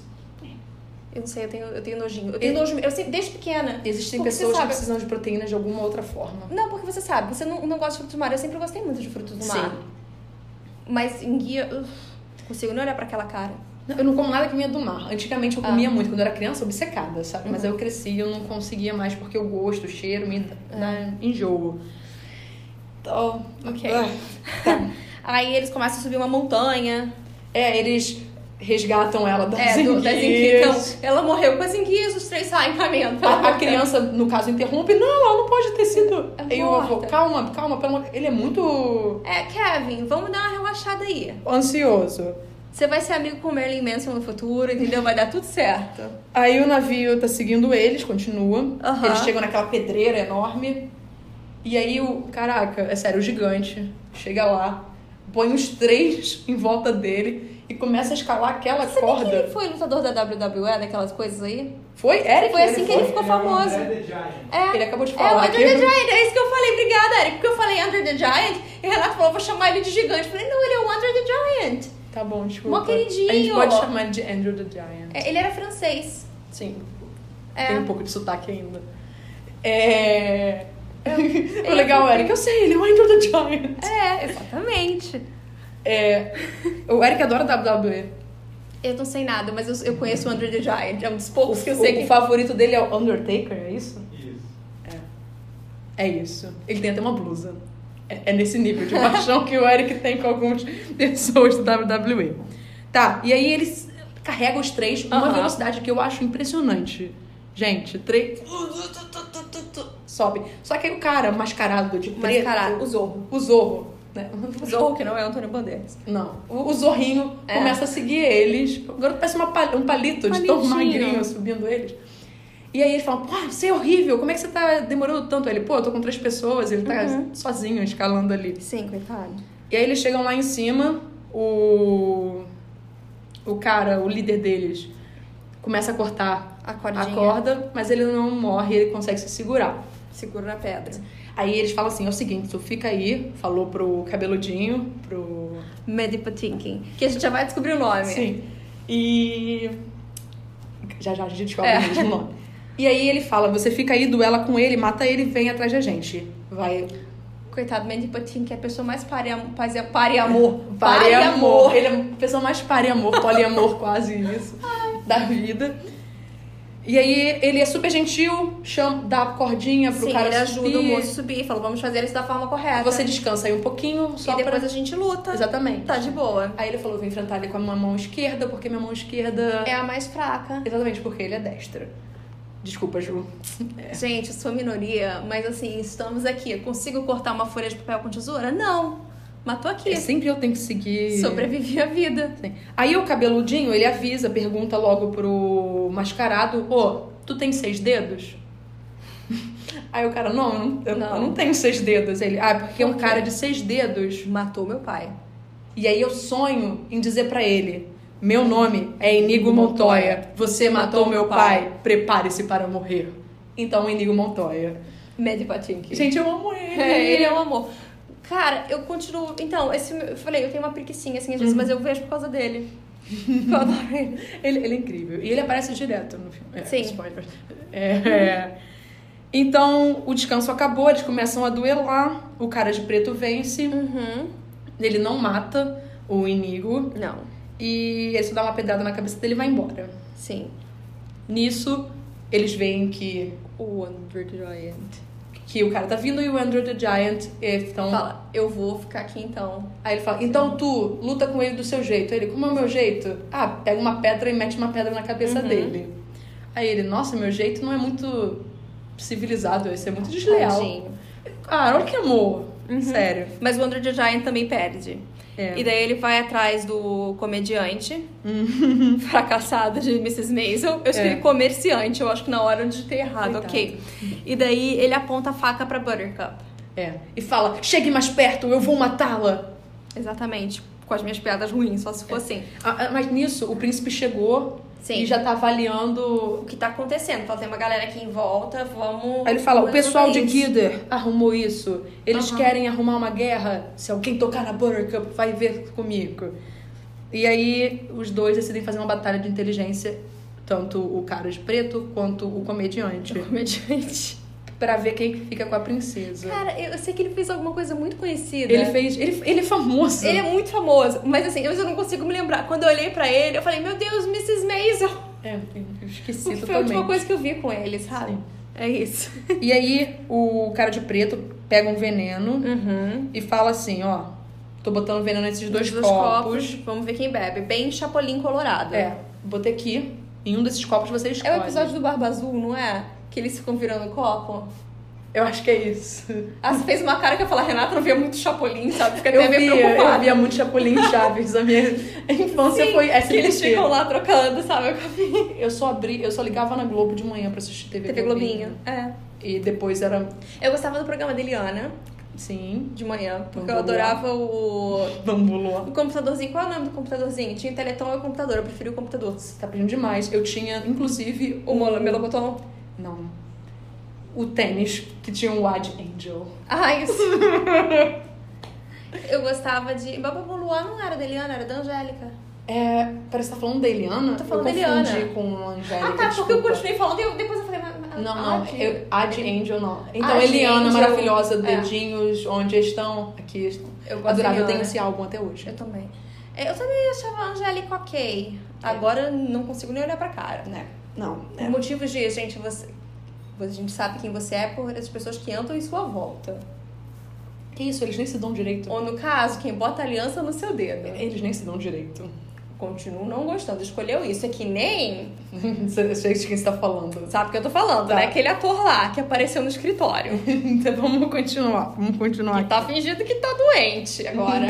S2: Eu não sei, eu tenho, eu tenho nojinho. Eu tenho
S1: E-
S2: nojo, eu sempre, desde pequena.
S1: existem
S2: Porque
S1: pessoas
S2: você
S1: que
S2: sabe-
S1: precisam de proteínas de alguma outra forma.
S2: Não, porque você sabe, você não, não gosta de frutos do mar. Eu sempre gostei muito de frutos do mar.
S1: Sim.
S2: Mas enguia, uf, consigo nem olhar pra aquela cara.
S1: Eu não como nada que vinha do mar. Antigamente eu
S2: Ah. Uhum.
S1: comia muito, quando eu era criança, obcecada, sabe? Mas aí eu cresci e eu não conseguia mais porque o gosto, o cheiro me
S2: É. Né?
S1: dá enjoo. Então,
S2: Oh, Ok.
S1: ah.
S2: tá. Aí eles começam a subir uma montanha.
S1: É, eles resgatam ela das
S2: É, do, das
S1: enguias.
S2: enguias. Então, ela morreu com as enguias, os três saem caminhando.
S1: A, a criança, no caso, interrompe. Não, ela não pode ter sido.
S2: É
S1: Aí o avô,
S2: morta.
S1: calma, calma. Pelo... amor- Ele é muito
S2: É, Kevin, vamos dar uma relaxada aí.
S1: ansioso.
S2: Você vai ser amigo com o Merlin Manson no futuro, entendeu? Vai dar tudo certo.
S1: Aí o navio tá seguindo eles, continua.
S2: Aham.
S1: Eles chegam naquela pedreira enorme. E aí o. Caraca, é sério, o gigante chega lá, põe os três em volta dele e começa a escalar aquela
S2: Quem
S1: corda.
S2: ele foi lutador da WWE, daquelas coisas aí?
S1: Foi? Eric?
S2: Foi assim que ele ficou
S3: É,
S2: famoso.
S3: André The Giant.
S2: É.
S1: Ele acabou de
S2: É, o
S1: falar.
S2: Under
S1: que-
S2: the Giant, é isso que eu falei, obrigada, Eric, porque eu falei Under the Giant e o Renato falou, vou chamar ele de gigante. Eu falei, não, ele é o Under the Giant.
S1: Tá bom, desculpa.
S2: Mó queridinho.
S1: A gente pode chamar ele de Andrew the Giant.
S2: É, ele era francês.
S1: Sim.
S2: É.
S1: Tem um pouco de sotaque ainda. É.
S2: é
S1: o legal, Eric, eu sei, ele é o Andrew the Giant.
S2: É, exatamente.
S1: É. O Eric adora WWE.
S2: Eu não sei nada, mas eu, eu conheço o Under the Giant, é um dos poucos que eu
S1: O-
S2: sei
S1: o,
S2: que...
S1: favorito dele é o Undertaker, é isso?
S3: Isso.
S1: É isso. Ele tem até uma blusa. É, é nesse nível de paixão que o Eric tem com algumas pessoas do WWE. Tá, e aí eles carregam os três numa
S2: Aham.
S1: velocidade que eu acho impressionante. Gente, três. Sobe. Só que aí o cara mascarado de preto.
S2: Mascarado, o Zorro.
S1: O Zorro.
S2: né? Zorro, que não é Antônio Bandeiras.
S1: Não. O, o zorrinho
S2: É.
S1: começa a seguir eles. O garoto parece uma pal- um palito de tão
S2: Palitinho.
S1: magrinho subindo eles. E aí eles falam, pô, você é horrível, como é que você tá demorando tanto? Ele, pô, eu tô com três pessoas, ele tá
S2: Uhum.
S1: sozinho escalando ali.
S2: Sim, coitado.
S1: E aí eles chegam lá em cima, o. O cara, o líder deles, começa a cortar
S2: A cordinha.
S1: a corda, mas ele não morre, ele consegue se segurar.
S2: Segura na pedra.
S1: Aí eles falam assim: é o seguinte, tu fica aí, falou pro cabeludinho, pro.
S2: Medi Patinkin. Que a gente já vai descobrir o nome.
S1: Sim. E. Já já a gente descobre
S2: É.
S1: o mesmo nome. E aí ele fala: você fica aí, duela com ele, mata ele, vem atrás da gente. Vai.
S2: Coitado, Mandy Patinkin é a pessoa mais pare amor. Pare amor.
S1: Pare amor. Ele é a pessoa mais pare amor, poliamor quase isso, da vida. E aí ele é super gentil, chama, dá a cordinha pro
S2: Sim,
S1: cara
S2: ele ajuda
S1: subir.
S2: o moço a subir. Falou, vamos fazer isso da forma correta.
S1: Você descansa aí um pouquinho, só
S2: e depois
S1: pra...
S2: a gente luta.
S1: Exatamente.
S2: Tá de boa.
S1: Aí ele falou, eu vou enfrentar ele com a minha mão esquerda, porque minha mão esquerda...
S2: É a mais fraca.
S1: Exatamente, porque ele é destra. Desculpa, Ju.
S2: Gente, eu sou minoria, mas assim, estamos aqui. Eu consigo cortar uma folha de papel com tesoura? Não. Mas tô aqui.
S1: É, sempre eu tenho que seguir...
S2: Sobrevivi à vida.
S1: Sim. Aí o cabeludinho, ele avisa, pergunta logo pro mascarado, ô, tu tem seis dedos? Aí o cara, não, eu não, eu
S2: Não.
S1: não, eu não tenho seis dedos. Ele, ah, porque
S2: Por
S1: um
S2: quê?
S1: cara de seis dedos.
S2: Matou meu pai.
S1: E aí eu sonho em dizer pra ele, meu nome é Inigo Montoya, você matou, meu pai, prepare-se para morrer. Então, Inigo Montoya.
S2: Medi Patinkin.
S1: Gente, eu amo ele.
S2: É, ele é um amor. Cara, eu continuo. Então, esse, eu falei, eu tenho uma preguiçinha assim às vezes,
S1: Uhum.
S2: mas eu vejo por causa dele. Eu adoro ele.
S1: Ele, ele é incrível. E ele aparece direto no filme. É,
S2: Sim.
S1: spoiler. É, é. Então, o descanso acabou, eles começam a duelar. O cara de preto vence.
S2: Uhum.
S1: Ele não mata o inimigo.
S2: Não.
S1: E ele só dá uma pedrada na cabeça dele e vai embora.
S2: Sim.
S1: Nisso, eles veem que,
S2: O Andrew Giant.
S1: que o cara tá vindo e o Andrew the Giant estão.
S2: Fala, eu vou ficar aqui então.
S1: Aí ele fala: então tu luta com ele do seu jeito. Aí ele: como é o meu jeito? Ah, pega uma pedra e mete uma pedra na cabeça
S2: Uhum.
S1: dele. Aí ele: nossa, meu jeito não é muito civilizado, esse é muito desleal.
S2: Tadinho.
S1: Ah, olha que amor. Sério.
S2: Mas o Andrew the Giant também perde.
S1: É.
S2: Uhum. E daí ele vai atrás do comediante fracassado de Mrs. Maisel. Eu escrevi
S1: Hum. É.
S2: comerciante, eu acho que na hora eu digitei errado, ok. E daí ele aponta a faca pra Buttercup.
S1: É. E fala: chegue mais perto, eu vou matá-la.
S2: Exatamente. Com as minhas piadas ruins, só se for assim.
S1: Ah, ah, mas nisso, o príncipe chegou
S2: Sim.
S1: e já tá avaliando.
S2: O que tá acontecendo? Fala, tem uma galera aqui em volta, vamos.
S1: Aí ele fala: o
S2: vamos
S1: pessoal de
S2: resolver é isso."
S1: Gider arrumou isso. Eles
S2: Aham.
S1: querem arrumar uma guerra. Se alguém tocar na Buttercup, vai ver comigo. E aí, os dois decidem fazer uma batalha de inteligência. Tanto o cara de preto quanto o comediante.
S2: Comediante.
S1: Pra ver quem fica com a princesa.
S2: Cara, eu sei que ele fez alguma coisa muito conhecida.
S1: ele fez. Ele, ele é famoso.
S2: Ele é muito famoso, mas assim, eu não consigo me lembrar. Quando eu olhei pra ele, eu falei, meu Deus, Mrs. Maisel.
S1: É, eu esqueci
S2: Foi a
S1: totalmente.
S2: última coisa que eu vi com ele, sabe?
S1: Sim.
S2: É isso.
S1: E aí, o cara de preto pega um veneno
S2: Uhum.
S1: e fala assim, ó... Tô botando veneno nesses dois,
S2: Dois, dois copos.
S1: copos.
S2: Vamos ver quem bebe. Bem Chapolin Colorado.
S1: É, botei aqui. Em um desses copos você escolhe.
S2: É o episódio do Barba Azul, não é? Que eles ficam virando copo.
S1: Eu acho que é isso.
S2: Ah, você fez uma cara que eu falei, Renata não via muito Chapolin, sabe? Fica até
S1: Eu
S2: meio
S1: via, eu
S2: preocupada.
S1: via muito Chapolin e Chaves. A minha infância
S2: Sim,
S1: foi
S2: que eles
S1: SBT.
S2: ficam lá trocando, sabe?
S1: Eu só abri, eu só ligava na Globo de manhã pra assistir TV,
S2: TV Globinho. É.
S1: E depois era,
S2: Eu gostava do programa da Eliana,
S1: sim,
S2: de manhã, porque eu
S1: Vamos lá.
S2: adorava o...
S1: bambulô.
S2: O computadorzinho, qual é o nome do computadorzinho? Tinha o Teleton e o computador, eu preferi o computador.
S1: Tá pedindo demais. Eu tinha, inclusive,
S2: O Mola Melocotão?
S1: Não. O tênis, que tinha um Wide Angel.
S2: Ah, isso. eu gostava de... Babalu Luar não era da Eliana, era da Angélica.
S1: É, parece que tá falando da Eliana.
S2: Tô falando
S1: eu
S2: da
S1: confundi
S2: Eliana.
S1: com a Angélica.
S2: Ah, tá, porque
S1: desculpa.
S2: eu continuei falando e eu- depois eu falei... mas- mas-
S1: Não,
S2: ah,
S1: não.
S2: que-
S1: Eu, Ad Angel, não. Então,
S2: Ad
S1: Eliana,
S2: Angel.
S1: maravilhosa,
S2: É.
S1: dedinhos, onde estão, aqui estão.
S2: Eu gosto da
S1: Adorável, eu
S2: Eliana.
S1: tenho esse álbum até hoje.
S2: Eu também. É, Eu também achava a Angélica ok.
S1: É.
S2: Agora eu não consigo nem olhar pra cara.
S1: Né? Não.
S2: Por motivos de, gente, você. A gente sabe quem você é por as pessoas que andam em sua volta.
S1: Que isso, eles nem se dão direito.
S2: Ou no caso, quem bota a aliança no seu dedo.
S1: Eles nem se dão direito.
S2: continuo não gostando. Escolheu isso. É que nem.
S1: Você sei de quem você tá falando.
S2: Sabe o que eu tô falando,
S1: Tá.
S2: né? Aquele ator lá que apareceu no escritório.
S1: Então vamos continuar, vamos continuar.
S2: Que tá fingindo que tá doente agora.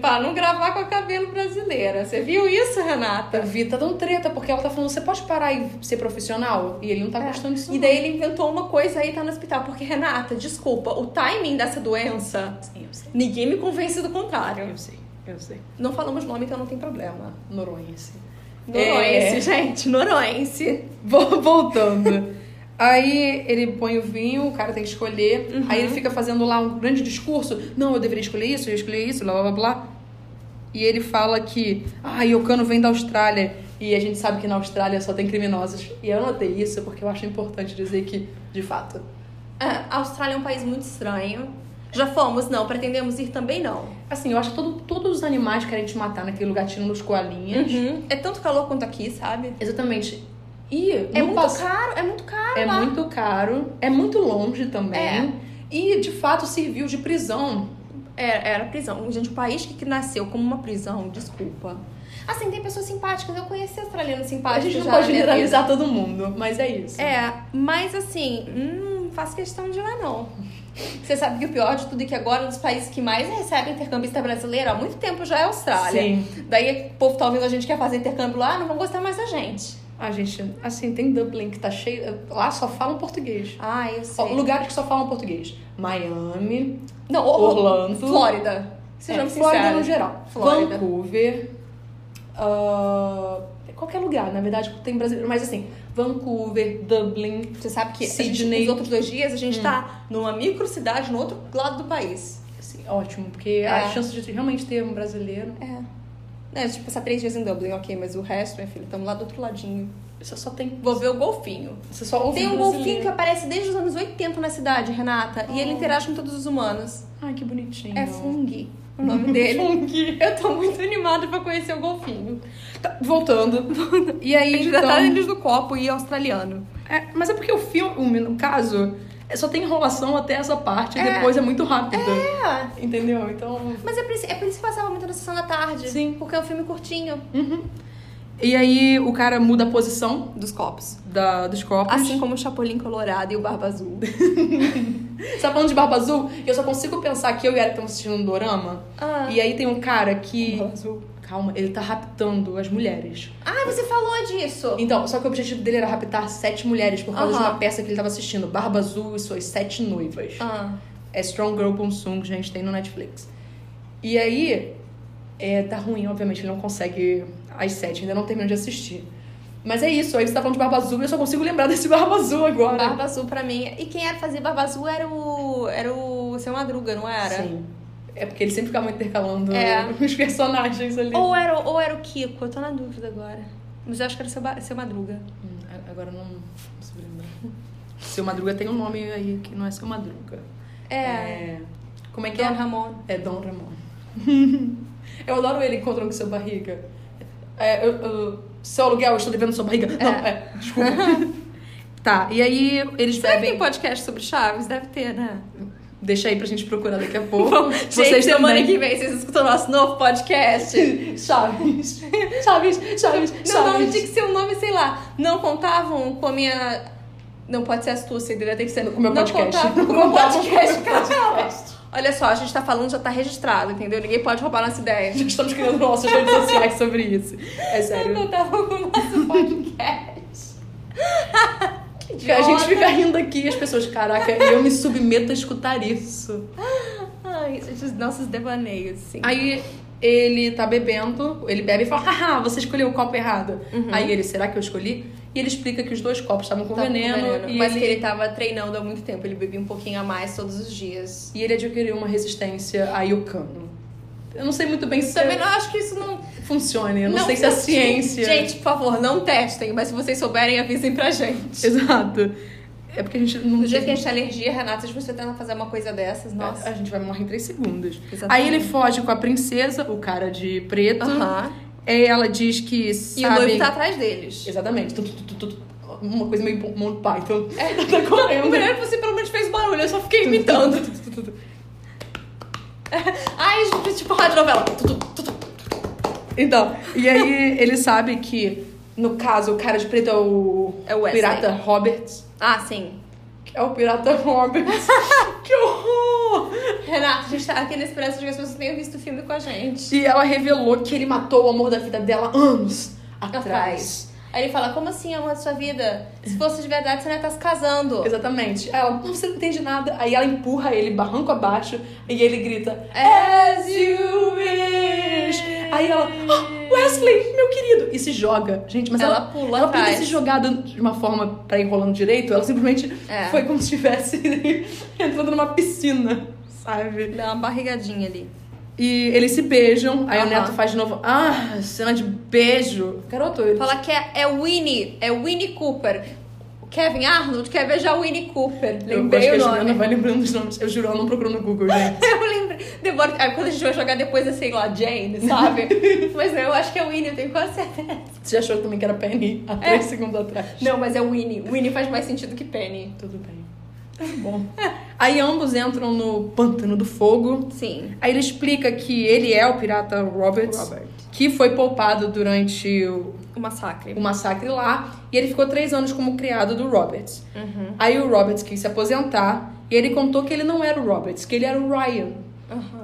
S2: pra não gravar com a cabelo brasileira. Você viu isso,
S1: A
S2: Renata?
S1: Vi tá dando treta, porque ela tá falando, você pode parar e ser profissional? E ele não tá
S2: É.
S1: gostando disso.
S2: E daí ele inventou uma coisa aí e tá no hospital. Porque, Renata, desculpa, o timing dessa doença,
S1: não. Sim, eu sei.
S2: ninguém me convence do contrário.
S1: Eu sei, eu sei.
S2: Não falamos nome, então não tem problema.
S1: Noronha, sim.
S2: Noroense,
S1: É.
S2: gente, noroense.
S1: Vol- Voltando. Aí ele põe o vinho, o cara tem que escolher.
S2: Uhum.
S1: Aí ele fica fazendo lá um grande discurso. Não, eu deveria escolher isso, eu escolhi isso, blá blá blá. E ele fala que, ah, Yokano vem da Austrália. E a gente sabe que na Austrália só tem criminosos. E eu anotei isso porque eu acho importante dizer que, de fato.
S2: Ah, a Austrália é um país muito estranho. Já fomos, não. Pretendemos ir também, não.
S1: Assim, eu acho que todo, todos os animais querem te matar naquele lugar, tirando os coalinhas.
S2: Uhum. É tanto calor quanto aqui, sabe?
S1: Exatamente. E
S2: É
S1: no
S2: muito
S1: pass-
S2: caro, é muito caro
S1: É
S2: lá.
S1: muito caro, é muito longe também.
S2: É.
S1: E de fato serviu de prisão.
S2: Era, É, era prisão. Gente, o país que, que nasceu como uma prisão, desculpa. Assim, tem pessoas simpáticas. Eu conheci australiano
S1: A
S2: simpático
S1: gente não
S2: já né,
S1: pode
S2: na minha vida.
S1: generalizar todo mundo, mas é isso.
S2: É, mas assim, hum, não faço questão de ir lá não. Você sabe que o pior de tudo é que agora um dos países que mais recebe intercambista brasileiro há muito tempo já é a Austrália.
S1: Sim.
S2: Daí o povo tá ouvindo a gente que quer fazer intercâmbio lá, não vão gostar mais da gente.
S1: A gente, assim, tem Dublin que tá cheio. Lá só falam português.
S2: Ah, eu sei.
S1: Ó, lugares que só falam português. Miami,
S2: não, o-
S1: Orlando.
S2: Flórida.
S1: é,
S2: Sejamos
S1: Flórida no
S2: sinceros.
S1: geral.
S2: Flórida.
S1: Vancouver. ah, qualquer lugar, na verdade, tem brasileiro. Mas assim, Vancouver, Dublin.
S2: Você sabe que a gente-
S1: Sydney. Hum.
S2: os outros dois dias a gente tá numa micro cidade no outro lado do país.
S1: Assim, ótimo, porque a
S2: É.
S1: chance de realmente ter um brasileiro.
S2: É. É, tipo, passar três dias em Dublin, ok, mas o resto, minha filha, estamos lá do outro ladinho.
S1: Você só tem.
S2: Vou ver o golfinho.
S1: Você só ouve
S2: Tem um
S1: brasileiro.
S2: golfinho que aparece desde os anos 80 na cidade, Renata, e ele
S1: Oh.
S2: interage com todos os humanos.
S1: Ai, que bonitinho.
S2: É Fungi o nome dele.
S1: Fungi.
S2: Eu tô muito animada pra conhecer o golfinho.
S1: Tá, voltando. E aí,
S2: Ele
S1: então...
S2: já tá dentro do copo e é australiano.
S1: É, mas é porque o filme, no caso, é, só tem enrolação até essa parte e
S2: É.
S1: depois é muito rápido.
S2: É,
S1: Entendeu? Então.
S2: mas é por, isso, é por isso que passava muito na sessão da tarde. Sim. Porque é um filme curtinho.
S1: E aí o cara muda a posição
S2: Dos copos.
S1: da, dos copos.
S2: Assim como o Chapolin Colorado e o Barba Azul.
S1: Você tá falando de Barba Azul? E eu só consigo pensar que eu e ela estamos assistindo um dorama.
S2: Ah.
S1: E aí tem um cara que.
S2: Barba Azul.
S1: Calma, ele tá raptando as mulheres.
S2: Ah, você falou disso.
S1: Então, só que o objetivo dele era raptar sete mulheres por causa de
S2: Aham.
S1: uma peça que ele tava assistindo, Barba Azul e suas sete noivas.
S2: Ah.
S1: É Strong Girl Bonsung, gente, tem no Netflix. E aí, é, tá ruim, obviamente, ele não consegue às sete, ainda não terminou de assistir. Mas é isso, aí você tá falando de Barba Azul e eu só consigo lembrar desse Barba Azul agora.
S2: Barba Azul pra mim. E quem era fazer Barba Azul era o. Era o seu Madruga, não era?
S1: Sim. É porque ele sempre ficava intercalando né,
S2: É.
S1: os personagens ali.
S2: Ou era, o- ou era o Kiko, eu tô na dúvida agora. Mas eu acho que era o seu, Ba- seu Madruga.
S1: Hum, a- agora eu não não consigo lembrar. Seu Madruga tem um nome aí que não é Seu Madruga.
S2: É.
S1: Como é que
S2: Don
S1: é?
S2: Ramon.
S1: É Dom Ramon. eu adoro ele encontrando com seu barriga. É, eu, eu- seu aluguel, eu estou devendo sua barriga. Não, é, desculpa. tá, e aí eles
S2: Será que tem
S1: bebem.
S2: podcast sobre Chaves? Deve ter, né?
S1: Deixa aí pra gente procurar daqui a pouco.
S2: Gente,
S1: Vocês
S2: semana
S1: também.
S2: que vem vocês escutam o nosso novo podcast.
S1: Chaves. Chaves, Chaves,
S2: Não, não,
S1: Chaves.
S2: tinha que ser um nome, sei lá. Não contavam com a minha. Não pode ser astúcia, entendeu? Tem que ser
S1: Com o meu
S2: não
S1: podcast.
S2: Contavam com o meu
S1: Contavam com o meu
S2: podcast. Caramba! Olha só, a gente tá falando, já tá registrado, entendeu? Ninguém pode roubar nossa ideia.
S1: Já estamos criando nossas redes sociais sobre isso. É
S2: Não
S1: sério.
S2: contavam com o nosso podcast.
S1: A gente fica rindo aqui e as pessoas, caraca, eu me submeto a escutar isso.
S2: Ai, esses nossos devaneios, assim.
S1: Aí ele tá bebendo, ele bebe e fala, haha, você escolheu o copo errado.
S2: Uhum.
S1: Aí ele, será que eu escolhi? E ele explica que os dois copos estavam com
S2: Tava com
S1: veneno, E,
S2: mas
S1: ele,
S2: que ele tava treinando há muito tempo, ele bebia um pouquinho a mais todos os dias.
S1: e ele adquiriu uma resistência a iocano. Eu não sei muito bem se
S2: Também não acho que isso não.
S1: funciona, eu não,
S2: não
S1: sei se é
S2: funciona.
S1: ciência.
S2: Gente, por favor, não testem, mas se vocês souberem, avisem pra gente.
S1: Exato. É porque a gente não é,
S2: No dia que a gente tem alergia, Renata, se você tentar fazer uma coisa dessas,
S1: a
S2: nossa.
S1: gente vai morrer em três segundos.
S2: Exatamente.
S1: Aí ele foge com a princesa, o cara de preto.
S2: Aham.
S1: E ela diz que
S2: E
S1: sabe...
S2: o noivo tá atrás deles.
S1: Exatamente. Tu, tu, tu, tu, tu. Uma coisa meio Monty Python. É, tá correndo.
S2: O melhor é que você pelo menos fez barulho, eu só fiquei imitando. Ai, gente, tipo rádio novela.
S1: Então, e aí ele sabe que, no caso, o cara de preto é o,
S2: É o Wesley.
S1: pirata Roberts.
S2: Ah, sim.
S1: É o pirata Roberts. que horror!
S2: Renato, a gente tá aqui na esperança de que as pessoas tenham visto o filme com a gente.
S1: E ela revelou que ele matou o amor da vida dela anos
S2: Atrás.
S1: atrás.
S2: Aí ele fala, como assim, amor da sua vida? Se fosse de verdade, você não ia estar se casando.
S1: Exatamente. Aí ela, "Não, você não entende nada. Aí ela empurra ele barranco abaixo e ele grita, As you wish. Aí ela, "Ah, Wesley, meu querido. E se joga. Gente, mas
S2: Ela
S1: ela,
S2: pula
S1: Ela podia
S2: atrás.
S1: se jogada de uma forma pra ir rolando direito, ela simplesmente
S2: É.
S1: foi como se estivesse entrando numa piscina, sabe?
S2: Dá uma barrigadinha ali.
S1: E eles se beijam, aí
S2: Aham.
S1: o Neto faz de novo, ah, cena de beijo. Garoto, ele...
S2: Fala que é, é Winnie, é Winnie Cooper. O Kevin Arnold quer beijar o Winnie Cooper.
S1: eu gosto
S2: Lembrei
S1: que a
S2: o
S1: Juliana
S2: nome.
S1: vai lembrando os nomes. Eu juro, ela não procurou no Google, gente.
S2: Eu lembrei. Demora... Aí quando a gente vai jogar depois é, sei lá, Jane, sabe? mas não, eu acho que é Winnie, eu tenho quase certeza.
S1: Você achou também que era Penny há três segundos atrás.
S2: É. Não, mas é Winnie. Winnie faz mais sentido que Penny.
S1: Tudo bem. Tá bom. aí ambos entram no Pântano do Fogo.
S2: Sim.
S1: Aí ele explica que ele é o pirata Roberts,
S2: Robert.
S1: que foi poupado durante o,
S2: O massacre.
S1: o massacre lá, e ele ficou três anos como criado do Roberts.
S2: Uhum.
S1: Aí o Roberts quis se aposentar, e ele contou que ele não era o Roberts, que ele era o Ryan.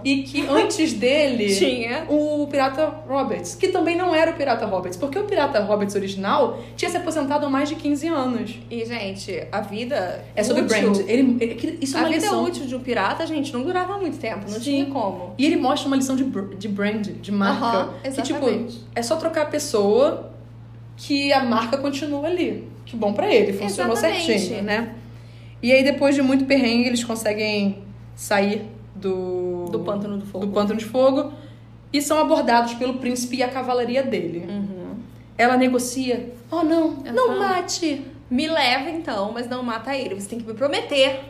S1: E que antes dele
S2: Tinha.
S1: o Pirata Roberts, que também não era o Pirata Roberts, porque o Pirata Roberts original tinha se aposentado há mais de 15 anos.
S2: E, gente, a vida.
S1: É sobre
S2: útil-
S1: brand. Ele, ele- aquilo- isso é
S2: A
S1: uma
S2: vida
S1: lição.
S2: útil de um pirata, gente, não durava muito tempo. Não
S1: Sim.
S2: tinha como.
S1: E ele mostra uma lição de, br- de brand, de marca.
S2: Aham,
S1: que, tipo,
S2: exatamente.
S1: é só trocar a pessoa que a marca continua ali. Que bom pra ele, funcionou
S2: Exatamente.
S1: certinho, né? E aí, depois de muito perrengue, eles conseguem sair do...
S2: Do pântano do fogo.
S1: do pântano de fogo. E são abordados pelo príncipe e a cavalaria dele.
S2: Uhum.
S1: Ela negocia. Oh, não,
S2: Ela
S1: não
S2: fala-
S1: mate.
S2: Me leva então, mas não mata ele. Você tem que me prometer.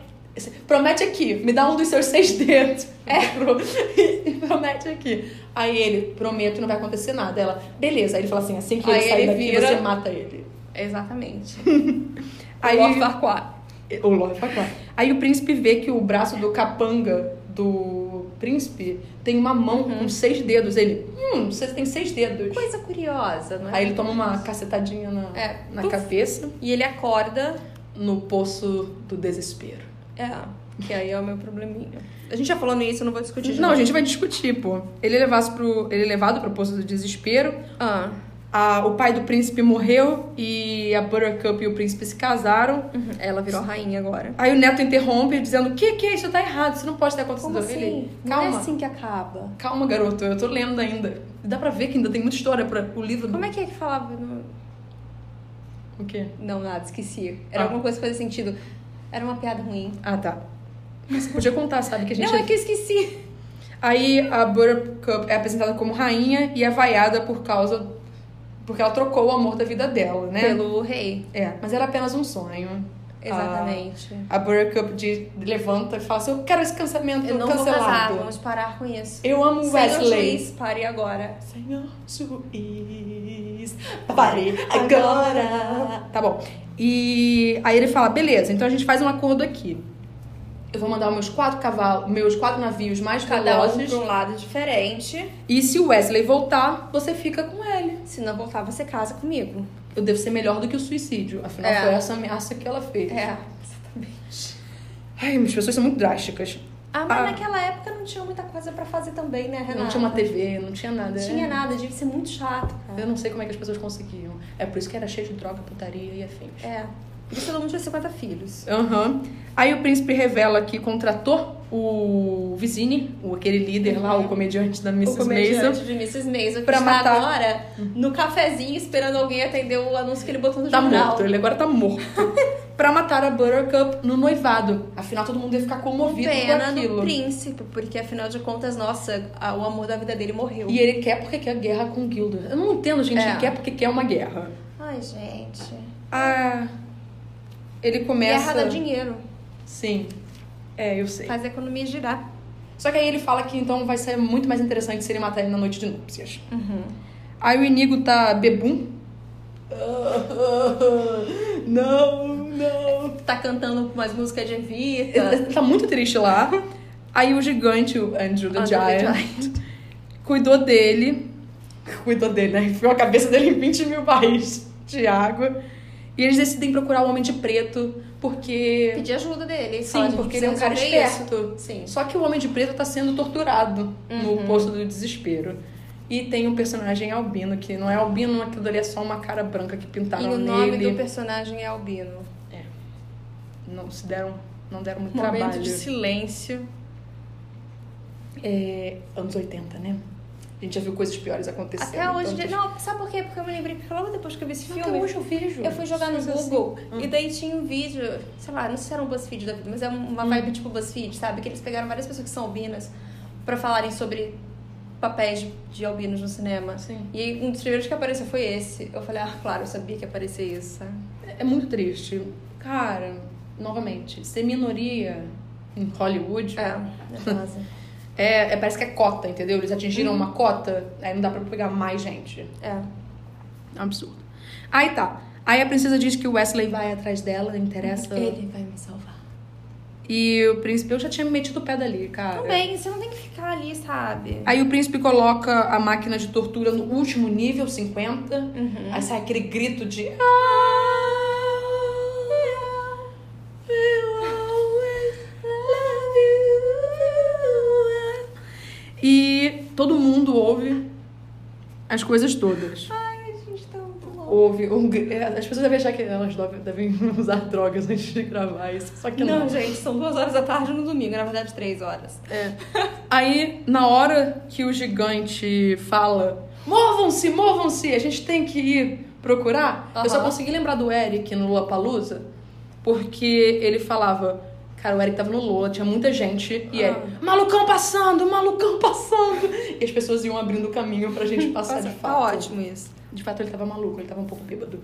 S1: Promete aqui, me dá um dos seus seis dedos. É. E promete aqui. Aí ele, prometo, não vai acontecer nada. Ela, beleza. Aí ele fala assim, assim que
S2: Aí
S1: ele sair
S2: ele
S1: daqui,
S2: vira-
S1: você mata ele.
S2: Exatamente.
S1: Aí-
S2: O Lord Farquaad.
S1: O Lorde Facó. Aí o príncipe vê que o braço do capanga do príncipe tem uma mão
S2: Uhum.
S1: com seis dedos. Ele, hum, você tem seis dedos.
S2: Coisa curiosa, não é?
S1: Aí ele toma uma cacetadinha na,
S2: É,
S1: na
S2: puf.
S1: cabeça,
S2: E ele acorda.
S1: no poço do desespero.
S2: É, que aí é o meu probleminha. A gente já falou nisso, eu não vou discutir. de
S1: Não, a
S2: novo.
S1: gente vai discutir, pô. Ele é levado pro, ele é levado pro poço do desespero.
S2: Ah,
S1: A- o pai do príncipe morreu e a Buttercup e o príncipe se casaram.
S2: uhum, ela virou rainha agora.
S1: Aí o neto interrompe, dizendo: Que que é isso? Tá errado, isso não pode ter acontecido.
S2: Como assim?
S1: Ele,
S2: Não é
S1: Calma,
S2: assim que acaba.
S1: calma, garoto, eu tô lendo ainda. Dá pra ver que ainda tem muita história pra o livro. do-
S2: Como é que é que falava no...
S1: O quê?
S2: Não, nada, esqueci. Era
S1: Ah.
S2: alguma coisa que fazia sentido. Era uma piada ruim.
S1: Ah, tá. Mas você podia contar, sabe? Que a gente
S2: Não, é que eu esqueci.
S1: Aí a Buttercup é apresentada como rainha e é vaiada por causa. Porque ela trocou o amor da vida dela, né?
S2: Pelo rei.
S1: É, mas era apenas um sonho.
S2: Exatamente.
S1: A Buttercup de... levanta e fala assim: Eu quero esse cancelamento
S2: eu não vou casar,
S1: cancelado.
S2: vamos parar com isso.
S1: Eu amo o
S2: Senhor
S1: Wesley.
S2: juiz, pare agora.
S1: Senhor juiz, pare agora. Tá bom. E aí ele fala: beleza, então a gente faz um acordo aqui. Eu vou mandar meus quatro cavalos, meus quatro navios mais
S2: Cada um
S1: velozes.
S2: pra um lado diferente.
S1: E se o Wesley voltar, você fica com ele.
S2: Se não voltar, você casa comigo.
S1: Eu devo ser melhor do que o suicídio. Afinal,
S2: É.
S1: foi essa ameaça que ela fez.
S2: É.
S1: Ai, as pessoas são muito drásticas.
S2: Ah, mas
S1: Ah.
S2: naquela época não tinha muita coisa pra fazer também, né, Renata?
S1: Não tinha uma TV, não tinha nada.
S2: Não tinha nada, devia ser muito chato, cara.
S1: Eu não sei como é que as pessoas conseguiam. É por isso que era cheio de droga, putaria e afins.
S2: É. Por isso todo mundo tinha 50 filhos.
S1: Aham. Aí o príncipe revela que contratou o Vizini, o- aquele líder lá, o comediante da
S2: Uhum. o
S1: Mrs.
S2: comediante
S1: Mason.
S2: de Mrs. Mason, que
S1: Pra
S2: está
S1: matar.
S2: agora
S1: Uhum.
S2: no cafezinho esperando alguém atender o anúncio que ele botou no
S1: Tá
S2: jornal.
S1: morto, ele agora tá morto. pra matar a Buttercup no noivado. Afinal, todo mundo ia ficar comovido com
S2: Pena
S1: aquilo.
S2: do príncipe, porque afinal de contas, nossa, a- o amor da vida dele morreu.
S1: E ele quer porque quer guerra com Gilda. Eu não entendo, gente,
S2: É.
S1: que quer porque quer uma guerra.
S2: Ai, gente.
S1: Ah, ele começa.
S2: Guerra dá dinheiro.
S1: Sim. É, eu sei.
S2: Faz a economia girar.
S1: Só que aí ele fala que então vai ser muito mais interessante se ele matar ele na noite de núpcias.
S2: Uhum.
S1: Aí o Inigo tá bebum. Não, não.
S2: Tá cantando umas músicas de Evita.
S1: Ele tá muito triste lá. Aí o gigante, o Andrew the
S2: Andrew the
S1: Giant, cuidou dele. cuidou dele, né? Enfiou a cabeça dele em 20 mil barris de água. E eles decidem procurar o Homem de Preto, porque.
S2: Pedir ajuda dele.
S1: Sim,
S2: falar, "A gente
S1: porque ele é um
S2: precisa
S1: cara
S2: resolver isso."
S1: esperto.
S2: Sim.
S1: Só que o Homem de Preto tá sendo torturado
S2: Uhum.
S1: no Poço do Desespero. E tem um personagem albino, que não é albino, aquilo ali é só uma cara branca que
S2: E
S1: pintaram
S2: o nome
S1: nele.
S2: do personagem é Albino.
S1: Não se deram, não deram muito
S2: Momento
S1: Um trabalho.
S2: de silêncio.
S1: É, anos 80, né? A gente já viu coisas piores acontecendo.
S2: Até hoje. em dia-
S1: tantas-
S2: Não, sabe por quê? Porque eu me lembrei que logo depois que eu vi esse
S1: Até
S2: filme.
S1: hoje eu vejo.
S2: Eu fui jogar no
S1: um Sim, sim.
S2: Google e daí tinha um vídeo, sei lá, não sei se era um BuzzFeed da vida, mas é uma vibe tipo BuzzFeed, sabe? Que eles pegaram várias pessoas que são albinas pra falarem sobre papéis de albinos no cinema.
S1: Sim.
S2: E aí, um dos primeiros que apareceu foi esse. Eu falei, ah, claro, eu sabia que ia aparecer isso. sabe?
S1: É muito triste. Cara, novamente, ser minoria em Hollywood
S2: É, na casa.
S1: é, é- parece que é cota, entendeu? Eles atingiram uma cota, aí não dá pra pegar mais gente.
S2: É.
S1: É um absurdo. Aí tá. Aí a princesa diz que o Wesley vai atrás dela, não interessa.
S2: Ele vai me salvar.
S1: E o príncipe, eu já tinha metido o pé dali, cara.
S2: Também, você não tem que ficar ali, sabe?
S1: Aí o príncipe coloca a máquina de tortura no último nível, 50. Aí sai aquele grito de. "Ah, eu always love you." E todo mundo ouve as coisas todas.
S2: Ai, gente, tá muito louco.
S1: Ouve. um gr- é, As pessoas devem achar que elas dove- devem usar drogas antes de gravar isso. Só que
S2: Não,
S1: não.
S2: gente, são duas horas da tarde no domingo, na verdade, três horas.
S1: É. Aí, na hora que o gigante fala: movam-se, movam-se, a gente tem que ir procurar. Eu só
S2: Aham.
S1: consegui lembrar do Eric no Lula Palusa, porque ele falava. Cara, o Eric tava no Lula, tinha muita gente, e
S2: Ah.
S1: ele, malucão passando, malucão passando. E as pessoas iam abrindo o caminho pra gente passar de fato.
S2: Tá ótimo isso.
S1: De fato, ele tava maluco, ele tava um pouco bêbado.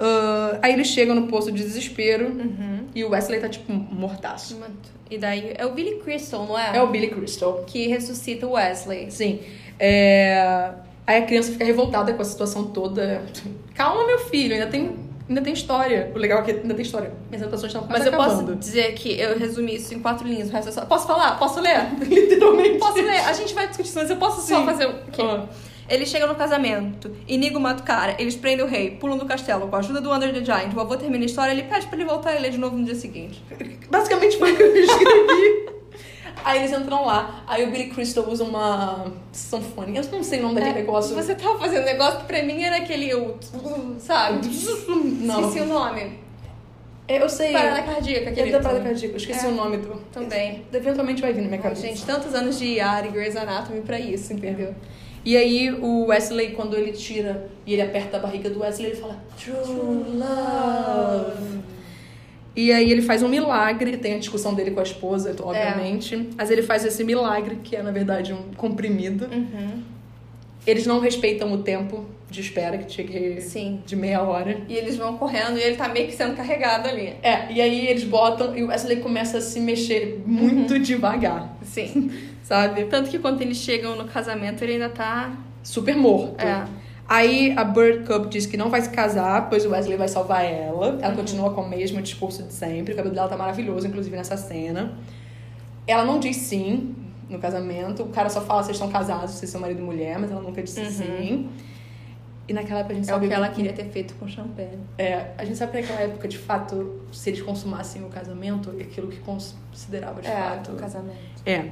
S1: Ah, aí eles chegam no posto de desespero,
S2: Uhum.
S1: e o Wesley tá tipo mortaço.
S2: Muito. E daí é o Billy Crystal, não é?
S1: É o Billy Crystal.
S2: que ressuscita o Wesley.
S1: Sim. É, Aí a criança fica revoltada com a situação toda. Calma, meu filho, ainda tem, ainda tem história. O legal é que ainda tem história. Minhas anotações estão quase
S2: Mas eu posso
S1: acabando.
S2: dizer que eu resumi isso em quatro linhas, o resto é só. Posso falar? Posso ler?
S1: Literalmente.
S2: Posso ler? A gente vai discutir, mas eu posso só
S1: Sim.
S2: fazer o quê?
S1: Ah.
S2: Ele chega no casamento, Inigo mata o cara, eles prendem o rei, pulam do castelo com a ajuda do Under the Giant. O avô termina a história, ele pede pra ele voltar e ler de novo no dia seguinte.
S1: Basicamente foi o que eu escrevi. aí eles entram lá. Aí o Billy Crystal usa uma sanfone. Eu não sei o nome daquele negócio.
S2: É, Você tava fazendo um negócio que pra mim era aquele. o- Sabe?
S1: Não.
S2: Esqueci o nome.
S1: É, Eu sei.
S2: Parada cardíaca,
S1: Ele
S2: aquele.
S1: da parada cardíaca. Eu esqueci
S2: É.
S1: o nome do.
S2: Também.
S1: Eventualmente vai vir na minha
S2: Ai,
S1: cabeça.
S2: gente, tantos anos de Yara e Grey's Anatomy pra isso, entendeu?
S1: E aí o Wesley, quando ele tira e ele aperta a barriga do Wesley, ele fala True Love. E aí ele faz um milagre, tem a discussão dele com a esposa, obviamente. Mas ele faz esse milagre, que é na verdade um comprimido. Uhum. Eles não respeitam o tempo de espera, que tinha que
S2: Sim.
S1: de meia hora.
S2: E eles vão correndo e ele tá meio que sendo carregado ali.
S1: É, e aí eles botam e o Wesley começa a se mexer muito devagar,
S2: Sim.
S1: sabe?
S2: Tanto que quando eles chegam no casamento, ele ainda tá.
S1: Super morto.
S2: É.
S1: Aí a Bird Cup diz que não vai se casar, pois o Wesley vai salvar ela.
S2: Uhum.
S1: Ela continua com o mesmo discurso de sempre. O cabelo dela tá maravilhoso, inclusive nessa cena. Ela não diz sim no casamento. O cara só fala vocês estão casados, vocês são marido e mulher, mas ela nunca disse sim. E naquela época a gente
S2: Uhum. É o
S1: sabe
S2: que ela queria ter feito com o champanhe.
S1: é, a gente sabe que naquela época de fato se eles consumassem o casamento, é aquilo que considerava de fato.
S2: É, o casamento.
S1: É.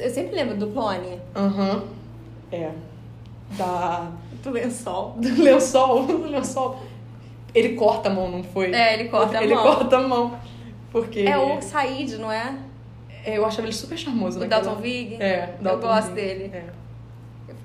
S2: Eu sempre lembro do clone,
S1: Aham. É. Da
S2: do lençol.
S1: do lençol, do lençol. Ele corta a mão, não foi?
S2: É, ele corta a
S1: ele
S2: mão.
S1: corta a mão. Porque.
S2: É o Said, não é?
S1: É, eu achava ele super charmoso,
S2: O
S1: naquela-
S2: Dalton Vig.
S1: É,
S2: Eu
S1: Dalton
S2: gosto
S1: Vig.
S2: dele.
S1: É.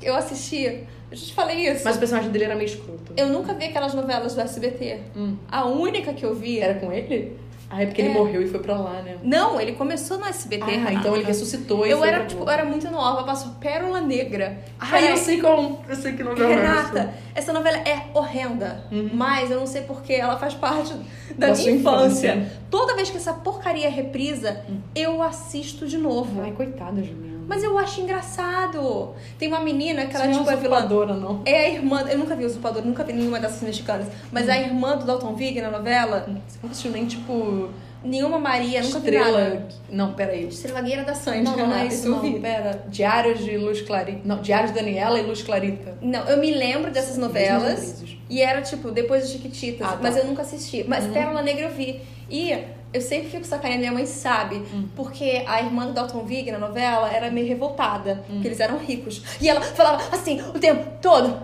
S2: Eu assistia. Eu já te falei isso.
S1: Mas o personagem dele era meio escroto.
S2: Eu nunca vi aquelas novelas do SBT.
S1: Hum.
S2: A única que eu vi era.
S1: Era com ele? Ah, é porque
S2: É.
S1: ele morreu e foi pra lá, né?
S2: Não, ele começou no SBT.
S1: Ah,
S2: Renata.
S1: então ele ressuscitou e
S2: Eu
S1: foi
S2: era,
S1: pra
S2: tipo, eu
S1: Globo.
S2: era muito nova, passou Pérola Negra.
S1: Ah,
S2: Peraí,
S1: eu sei qual. Eu sei que não
S2: Renata, essa novela é horrenda, mas eu não sei porque ela faz parte da,
S1: Da sua
S2: minha infância.
S1: infância. Hum.
S2: Toda vez que essa porcaria é reprisa, eu assisto de novo.
S1: Ai, coitada, Juliana.
S2: Mas eu acho engraçado. Tem uma menina que
S1: Ela
S2: ela
S1: não
S2: tipo,
S1: é
S2: é vilã.
S1: usurpadora, não.
S2: É a irmã, eu nunca vi o usurpador, nunca vi nenhuma dessas mexicanas, mas a irmã do Dalton Vig na novela,
S1: Você não assistiu nem, tipo,
S2: Nenhuma Maria, nunca vi nada.
S1: Estrela. Não, peraí.
S2: Estrela Gueira da Sandy. né?
S1: Não, não é isso,
S2: eu vi.
S1: não. Pera. Diários de Luz Clarita. Não, Diários de Daniela e Luz Clarita.
S2: Não, eu me lembro dessas novelas.
S1: Mesmos atrizes.
S2: E era, tipo, depois de Chiquititas.
S1: Ah, tá. Uhum.
S2: Mas eu nunca assisti. Mas Pérola Negra eu vi. E eu sempre fico sacaneando, minha mãe sabe.
S1: Hum.
S2: Porque a irmã do Dalton Vig, na novela, era meio revoltada.
S1: Hum.
S2: Porque eles eram ricos. E ela falava assim o tempo todo.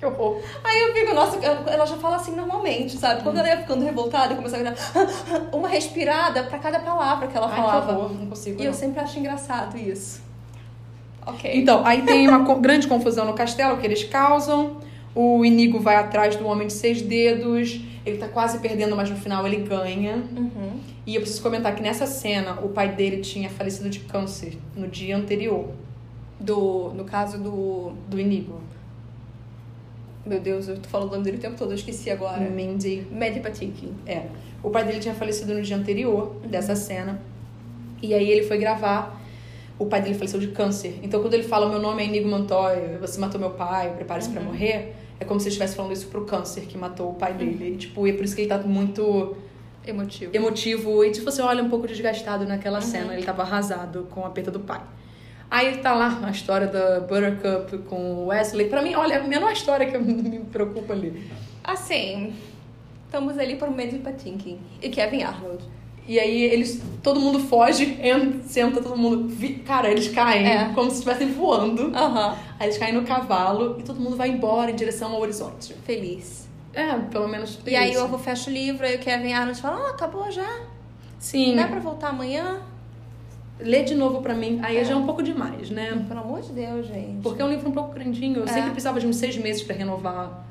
S1: Que horror.
S2: Aí eu fico, nossa, ela já fala assim normalmente, sabe? Quando ela ia ficando revoltada, eu começava a dar uma respirada pra cada palavra que ela
S1: Ai,
S2: falava.
S1: por favor, não consigo.
S2: E eu
S1: não.
S2: sempre acho engraçado isso. Ok.
S1: Então, aí tem uma co- grande confusão no castelo que eles causam. O Inigo vai atrás do Homem de Seis Dedos. Ele tá quase perdendo, mas no final ele ganha.
S2: Uhum.
S1: E eu preciso comentar que nessa cena, o pai dele tinha falecido de câncer no dia anterior
S2: Do, no caso do.
S1: do Inigo.
S2: Meu Deus, eu tô falando o nome dele o tempo todo, eu esqueci agora.
S1: Mindy
S2: Mandy Patinkin.
S1: É. O pai dele tinha falecido no dia anterior dessa cena. E aí ele foi gravar. O pai dele faleceu de câncer. Então quando ele fala meu nome é Inigo Montoya, você matou meu pai, prepare-se pra morrer, é como se ele estivesse falando isso pro câncer que matou o pai dele. E, tipo, e é por isso que ele tá muito
S2: Emotivo.
S1: emotivo e tipo, você olha um pouco desgastado naquela cena, ele tava arrasado com a perda do pai. Aí tá lá a história da Buttercup com o Wesley. Pra mim, olha, é a menor história que eu me preocupa ali.
S2: Assim, estamos ali por Mandy Patinkin e Kevin Arnold.
S1: E aí eles, todo mundo foge, entra, senta todo mundo. vi- Cara, eles caem
S2: É.
S1: como se estivessem voando.
S2: Aham.
S1: Aí eles caem no cavalo e todo mundo vai embora em direção ao horizonte.
S2: Feliz.
S1: É, pelo menos.
S2: E aí
S1: isso.
S2: o avô fecha o livro, aí o Kevin Arnold fala: Ah, acabou já?
S1: Sim.
S2: Dá pra voltar amanhã?
S1: Lê de novo pra mim. Aí
S2: É.
S1: já é um pouco demais, né?
S2: Pelo amor de Deus, gente.
S1: Porque é um livro um pouco grandinho. Eu
S2: É.
S1: sempre precisava de uns seis meses pra renovar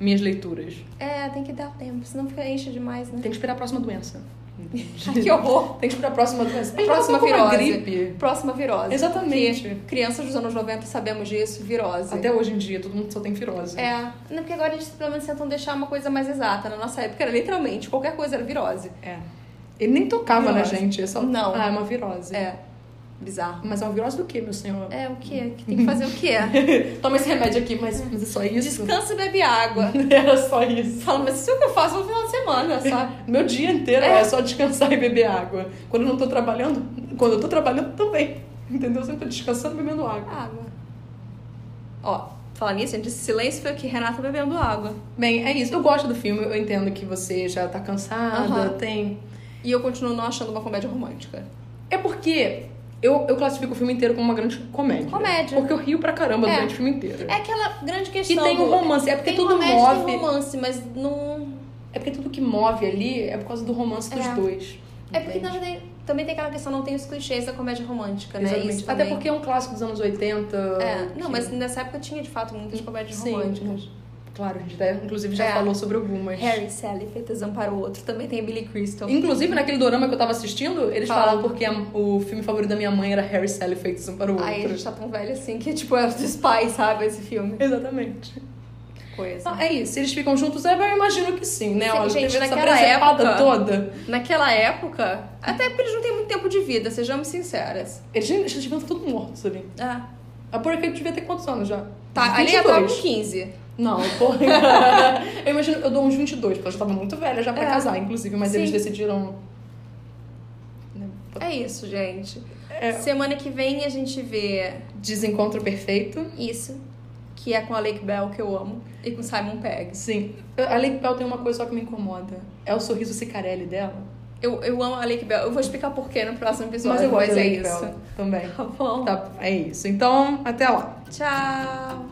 S1: minhas leituras.
S2: É, tem que dar tempo, senão fica enche demais, né?
S1: Tem que esperar a próxima doença.
S2: Ai, que horror!
S1: Tem que esperar a próxima doença.
S2: A gente tá
S1: próxima
S2: com uma
S1: virose.
S2: gripe. Próxima virose.
S1: Exatamente.
S2: Porque crianças dos anos 90 sabemos disso, virose.
S1: Até hoje em dia, todo mundo só tem virose.
S2: É, não, porque agora eles pelo menos tentam deixar uma coisa mais exata. Na nossa época era literalmente, qualquer coisa era virose.
S1: É. Ele nem tocava
S2: Virose.
S1: na gente, é só.
S2: Não.
S1: Ah, é uma virose.
S2: É, bizarro.
S1: Mas é uma virose do que, meu senhor?
S2: É, o quê? Que tem que fazer o quê?
S1: É. Toma esse remédio aqui, mas, mas é só isso?
S2: Descansa e bebe água.
S1: Era só isso.
S2: Fala, mas isso é o que eu faço no final de semana, sabe?
S1: Meu dia inteiro
S2: É.
S1: é. só descansar e beber água. Quando eu não tô trabalhando, quando eu tô trabalhando também. Entendeu? Eu sempre tô descansando e bebendo água.
S2: Água. Ó, falar nisso, gente, esse silêncio foi o que Renata bebendo água.
S1: Bem, é isso. Eu gosto do filme, eu entendo que você já tá cansada,
S2: Aham.
S1: tem.
S2: E eu continuo não achando uma comédia romântica.
S1: É porque eu, eu classifico o filme inteiro como uma grande comédia.
S2: Comédia.
S1: Porque eu rio pra caramba
S2: É.
S1: durante o filme inteiro.
S2: É aquela grande
S1: E
S2: questão.
S1: tem
S2: do-
S1: um romance, é porque
S2: tem
S1: tudo
S2: comédia,
S1: move.
S2: Tem romance, mas não.
S1: É porque tudo que move ali é por causa do romance dos
S2: É.
S1: dois.
S2: É porque
S1: entende?
S2: na verdade também tem aquela questão, não tem os clichês da comédia romântica, né?
S1: Exatamente.
S2: Isso
S1: Até
S2: também.
S1: porque é um clássico dos anos 80.
S2: É, não,
S1: que-
S2: mas nessa época tinha de fato muitas comédias
S1: Sim.
S2: românticas.
S1: Claro, a gente até, inclusive já
S2: É.
S1: falou sobre algumas.
S2: Harry e Sally, feitas um para o outro. Também tem a Billy Crystal.
S1: Inclusive, naquele dorama que eu tava assistindo, eles
S2: Fala.
S1: falavam porque a- o filme favorito da minha mãe era Harry e Sally feitos um para o outro.
S2: Aí a gente tá tão velho assim que, tipo, era dos pais, sabe? Esse filme.
S1: Exatamente.
S2: Que coisa.
S1: Então, é isso. Se eles ficam juntos, eu imagino que sim, né?
S2: Sim,
S1: Olha,
S2: gente,
S1: teve essa
S2: naquela
S1: presepada
S2: época-
S1: toda.
S2: Naquela época, até porque eles não têm muito tempo de vida, sejamos sinceras.
S1: Eles já eles já deviam estar todos mortos ali.
S2: Ah.
S1: A porra que eu devia ter quantos anos já?
S2: Tá, ali já tava com 15.
S1: Não, porra. eu imagino, eu dou uns 22, porque ela já tava muito velha já pra
S2: É.
S1: casar, inclusive, mas
S2: Sim.
S1: eles decidiram. né,
S2: É isso, gente.
S1: É.
S2: Semana que vem a gente vê
S1: Desencontro perfeito.
S2: isso, que é com a Lake Bell, que eu amo, e com Simon Pegg.
S1: Sim. A Lake Bell tem uma coisa só que me incomoda. É o sorriso cicarelli dela.
S2: Eu, eu amo a Lake Bell. Eu vou explicar por quê no próximo
S1: mas eu
S2: episódio,
S1: gosto da
S2: é
S1: Lake
S2: isso.
S1: Bell também.
S2: Tá bom.
S1: Tá, é isso. Então, até lá.
S2: Tchau.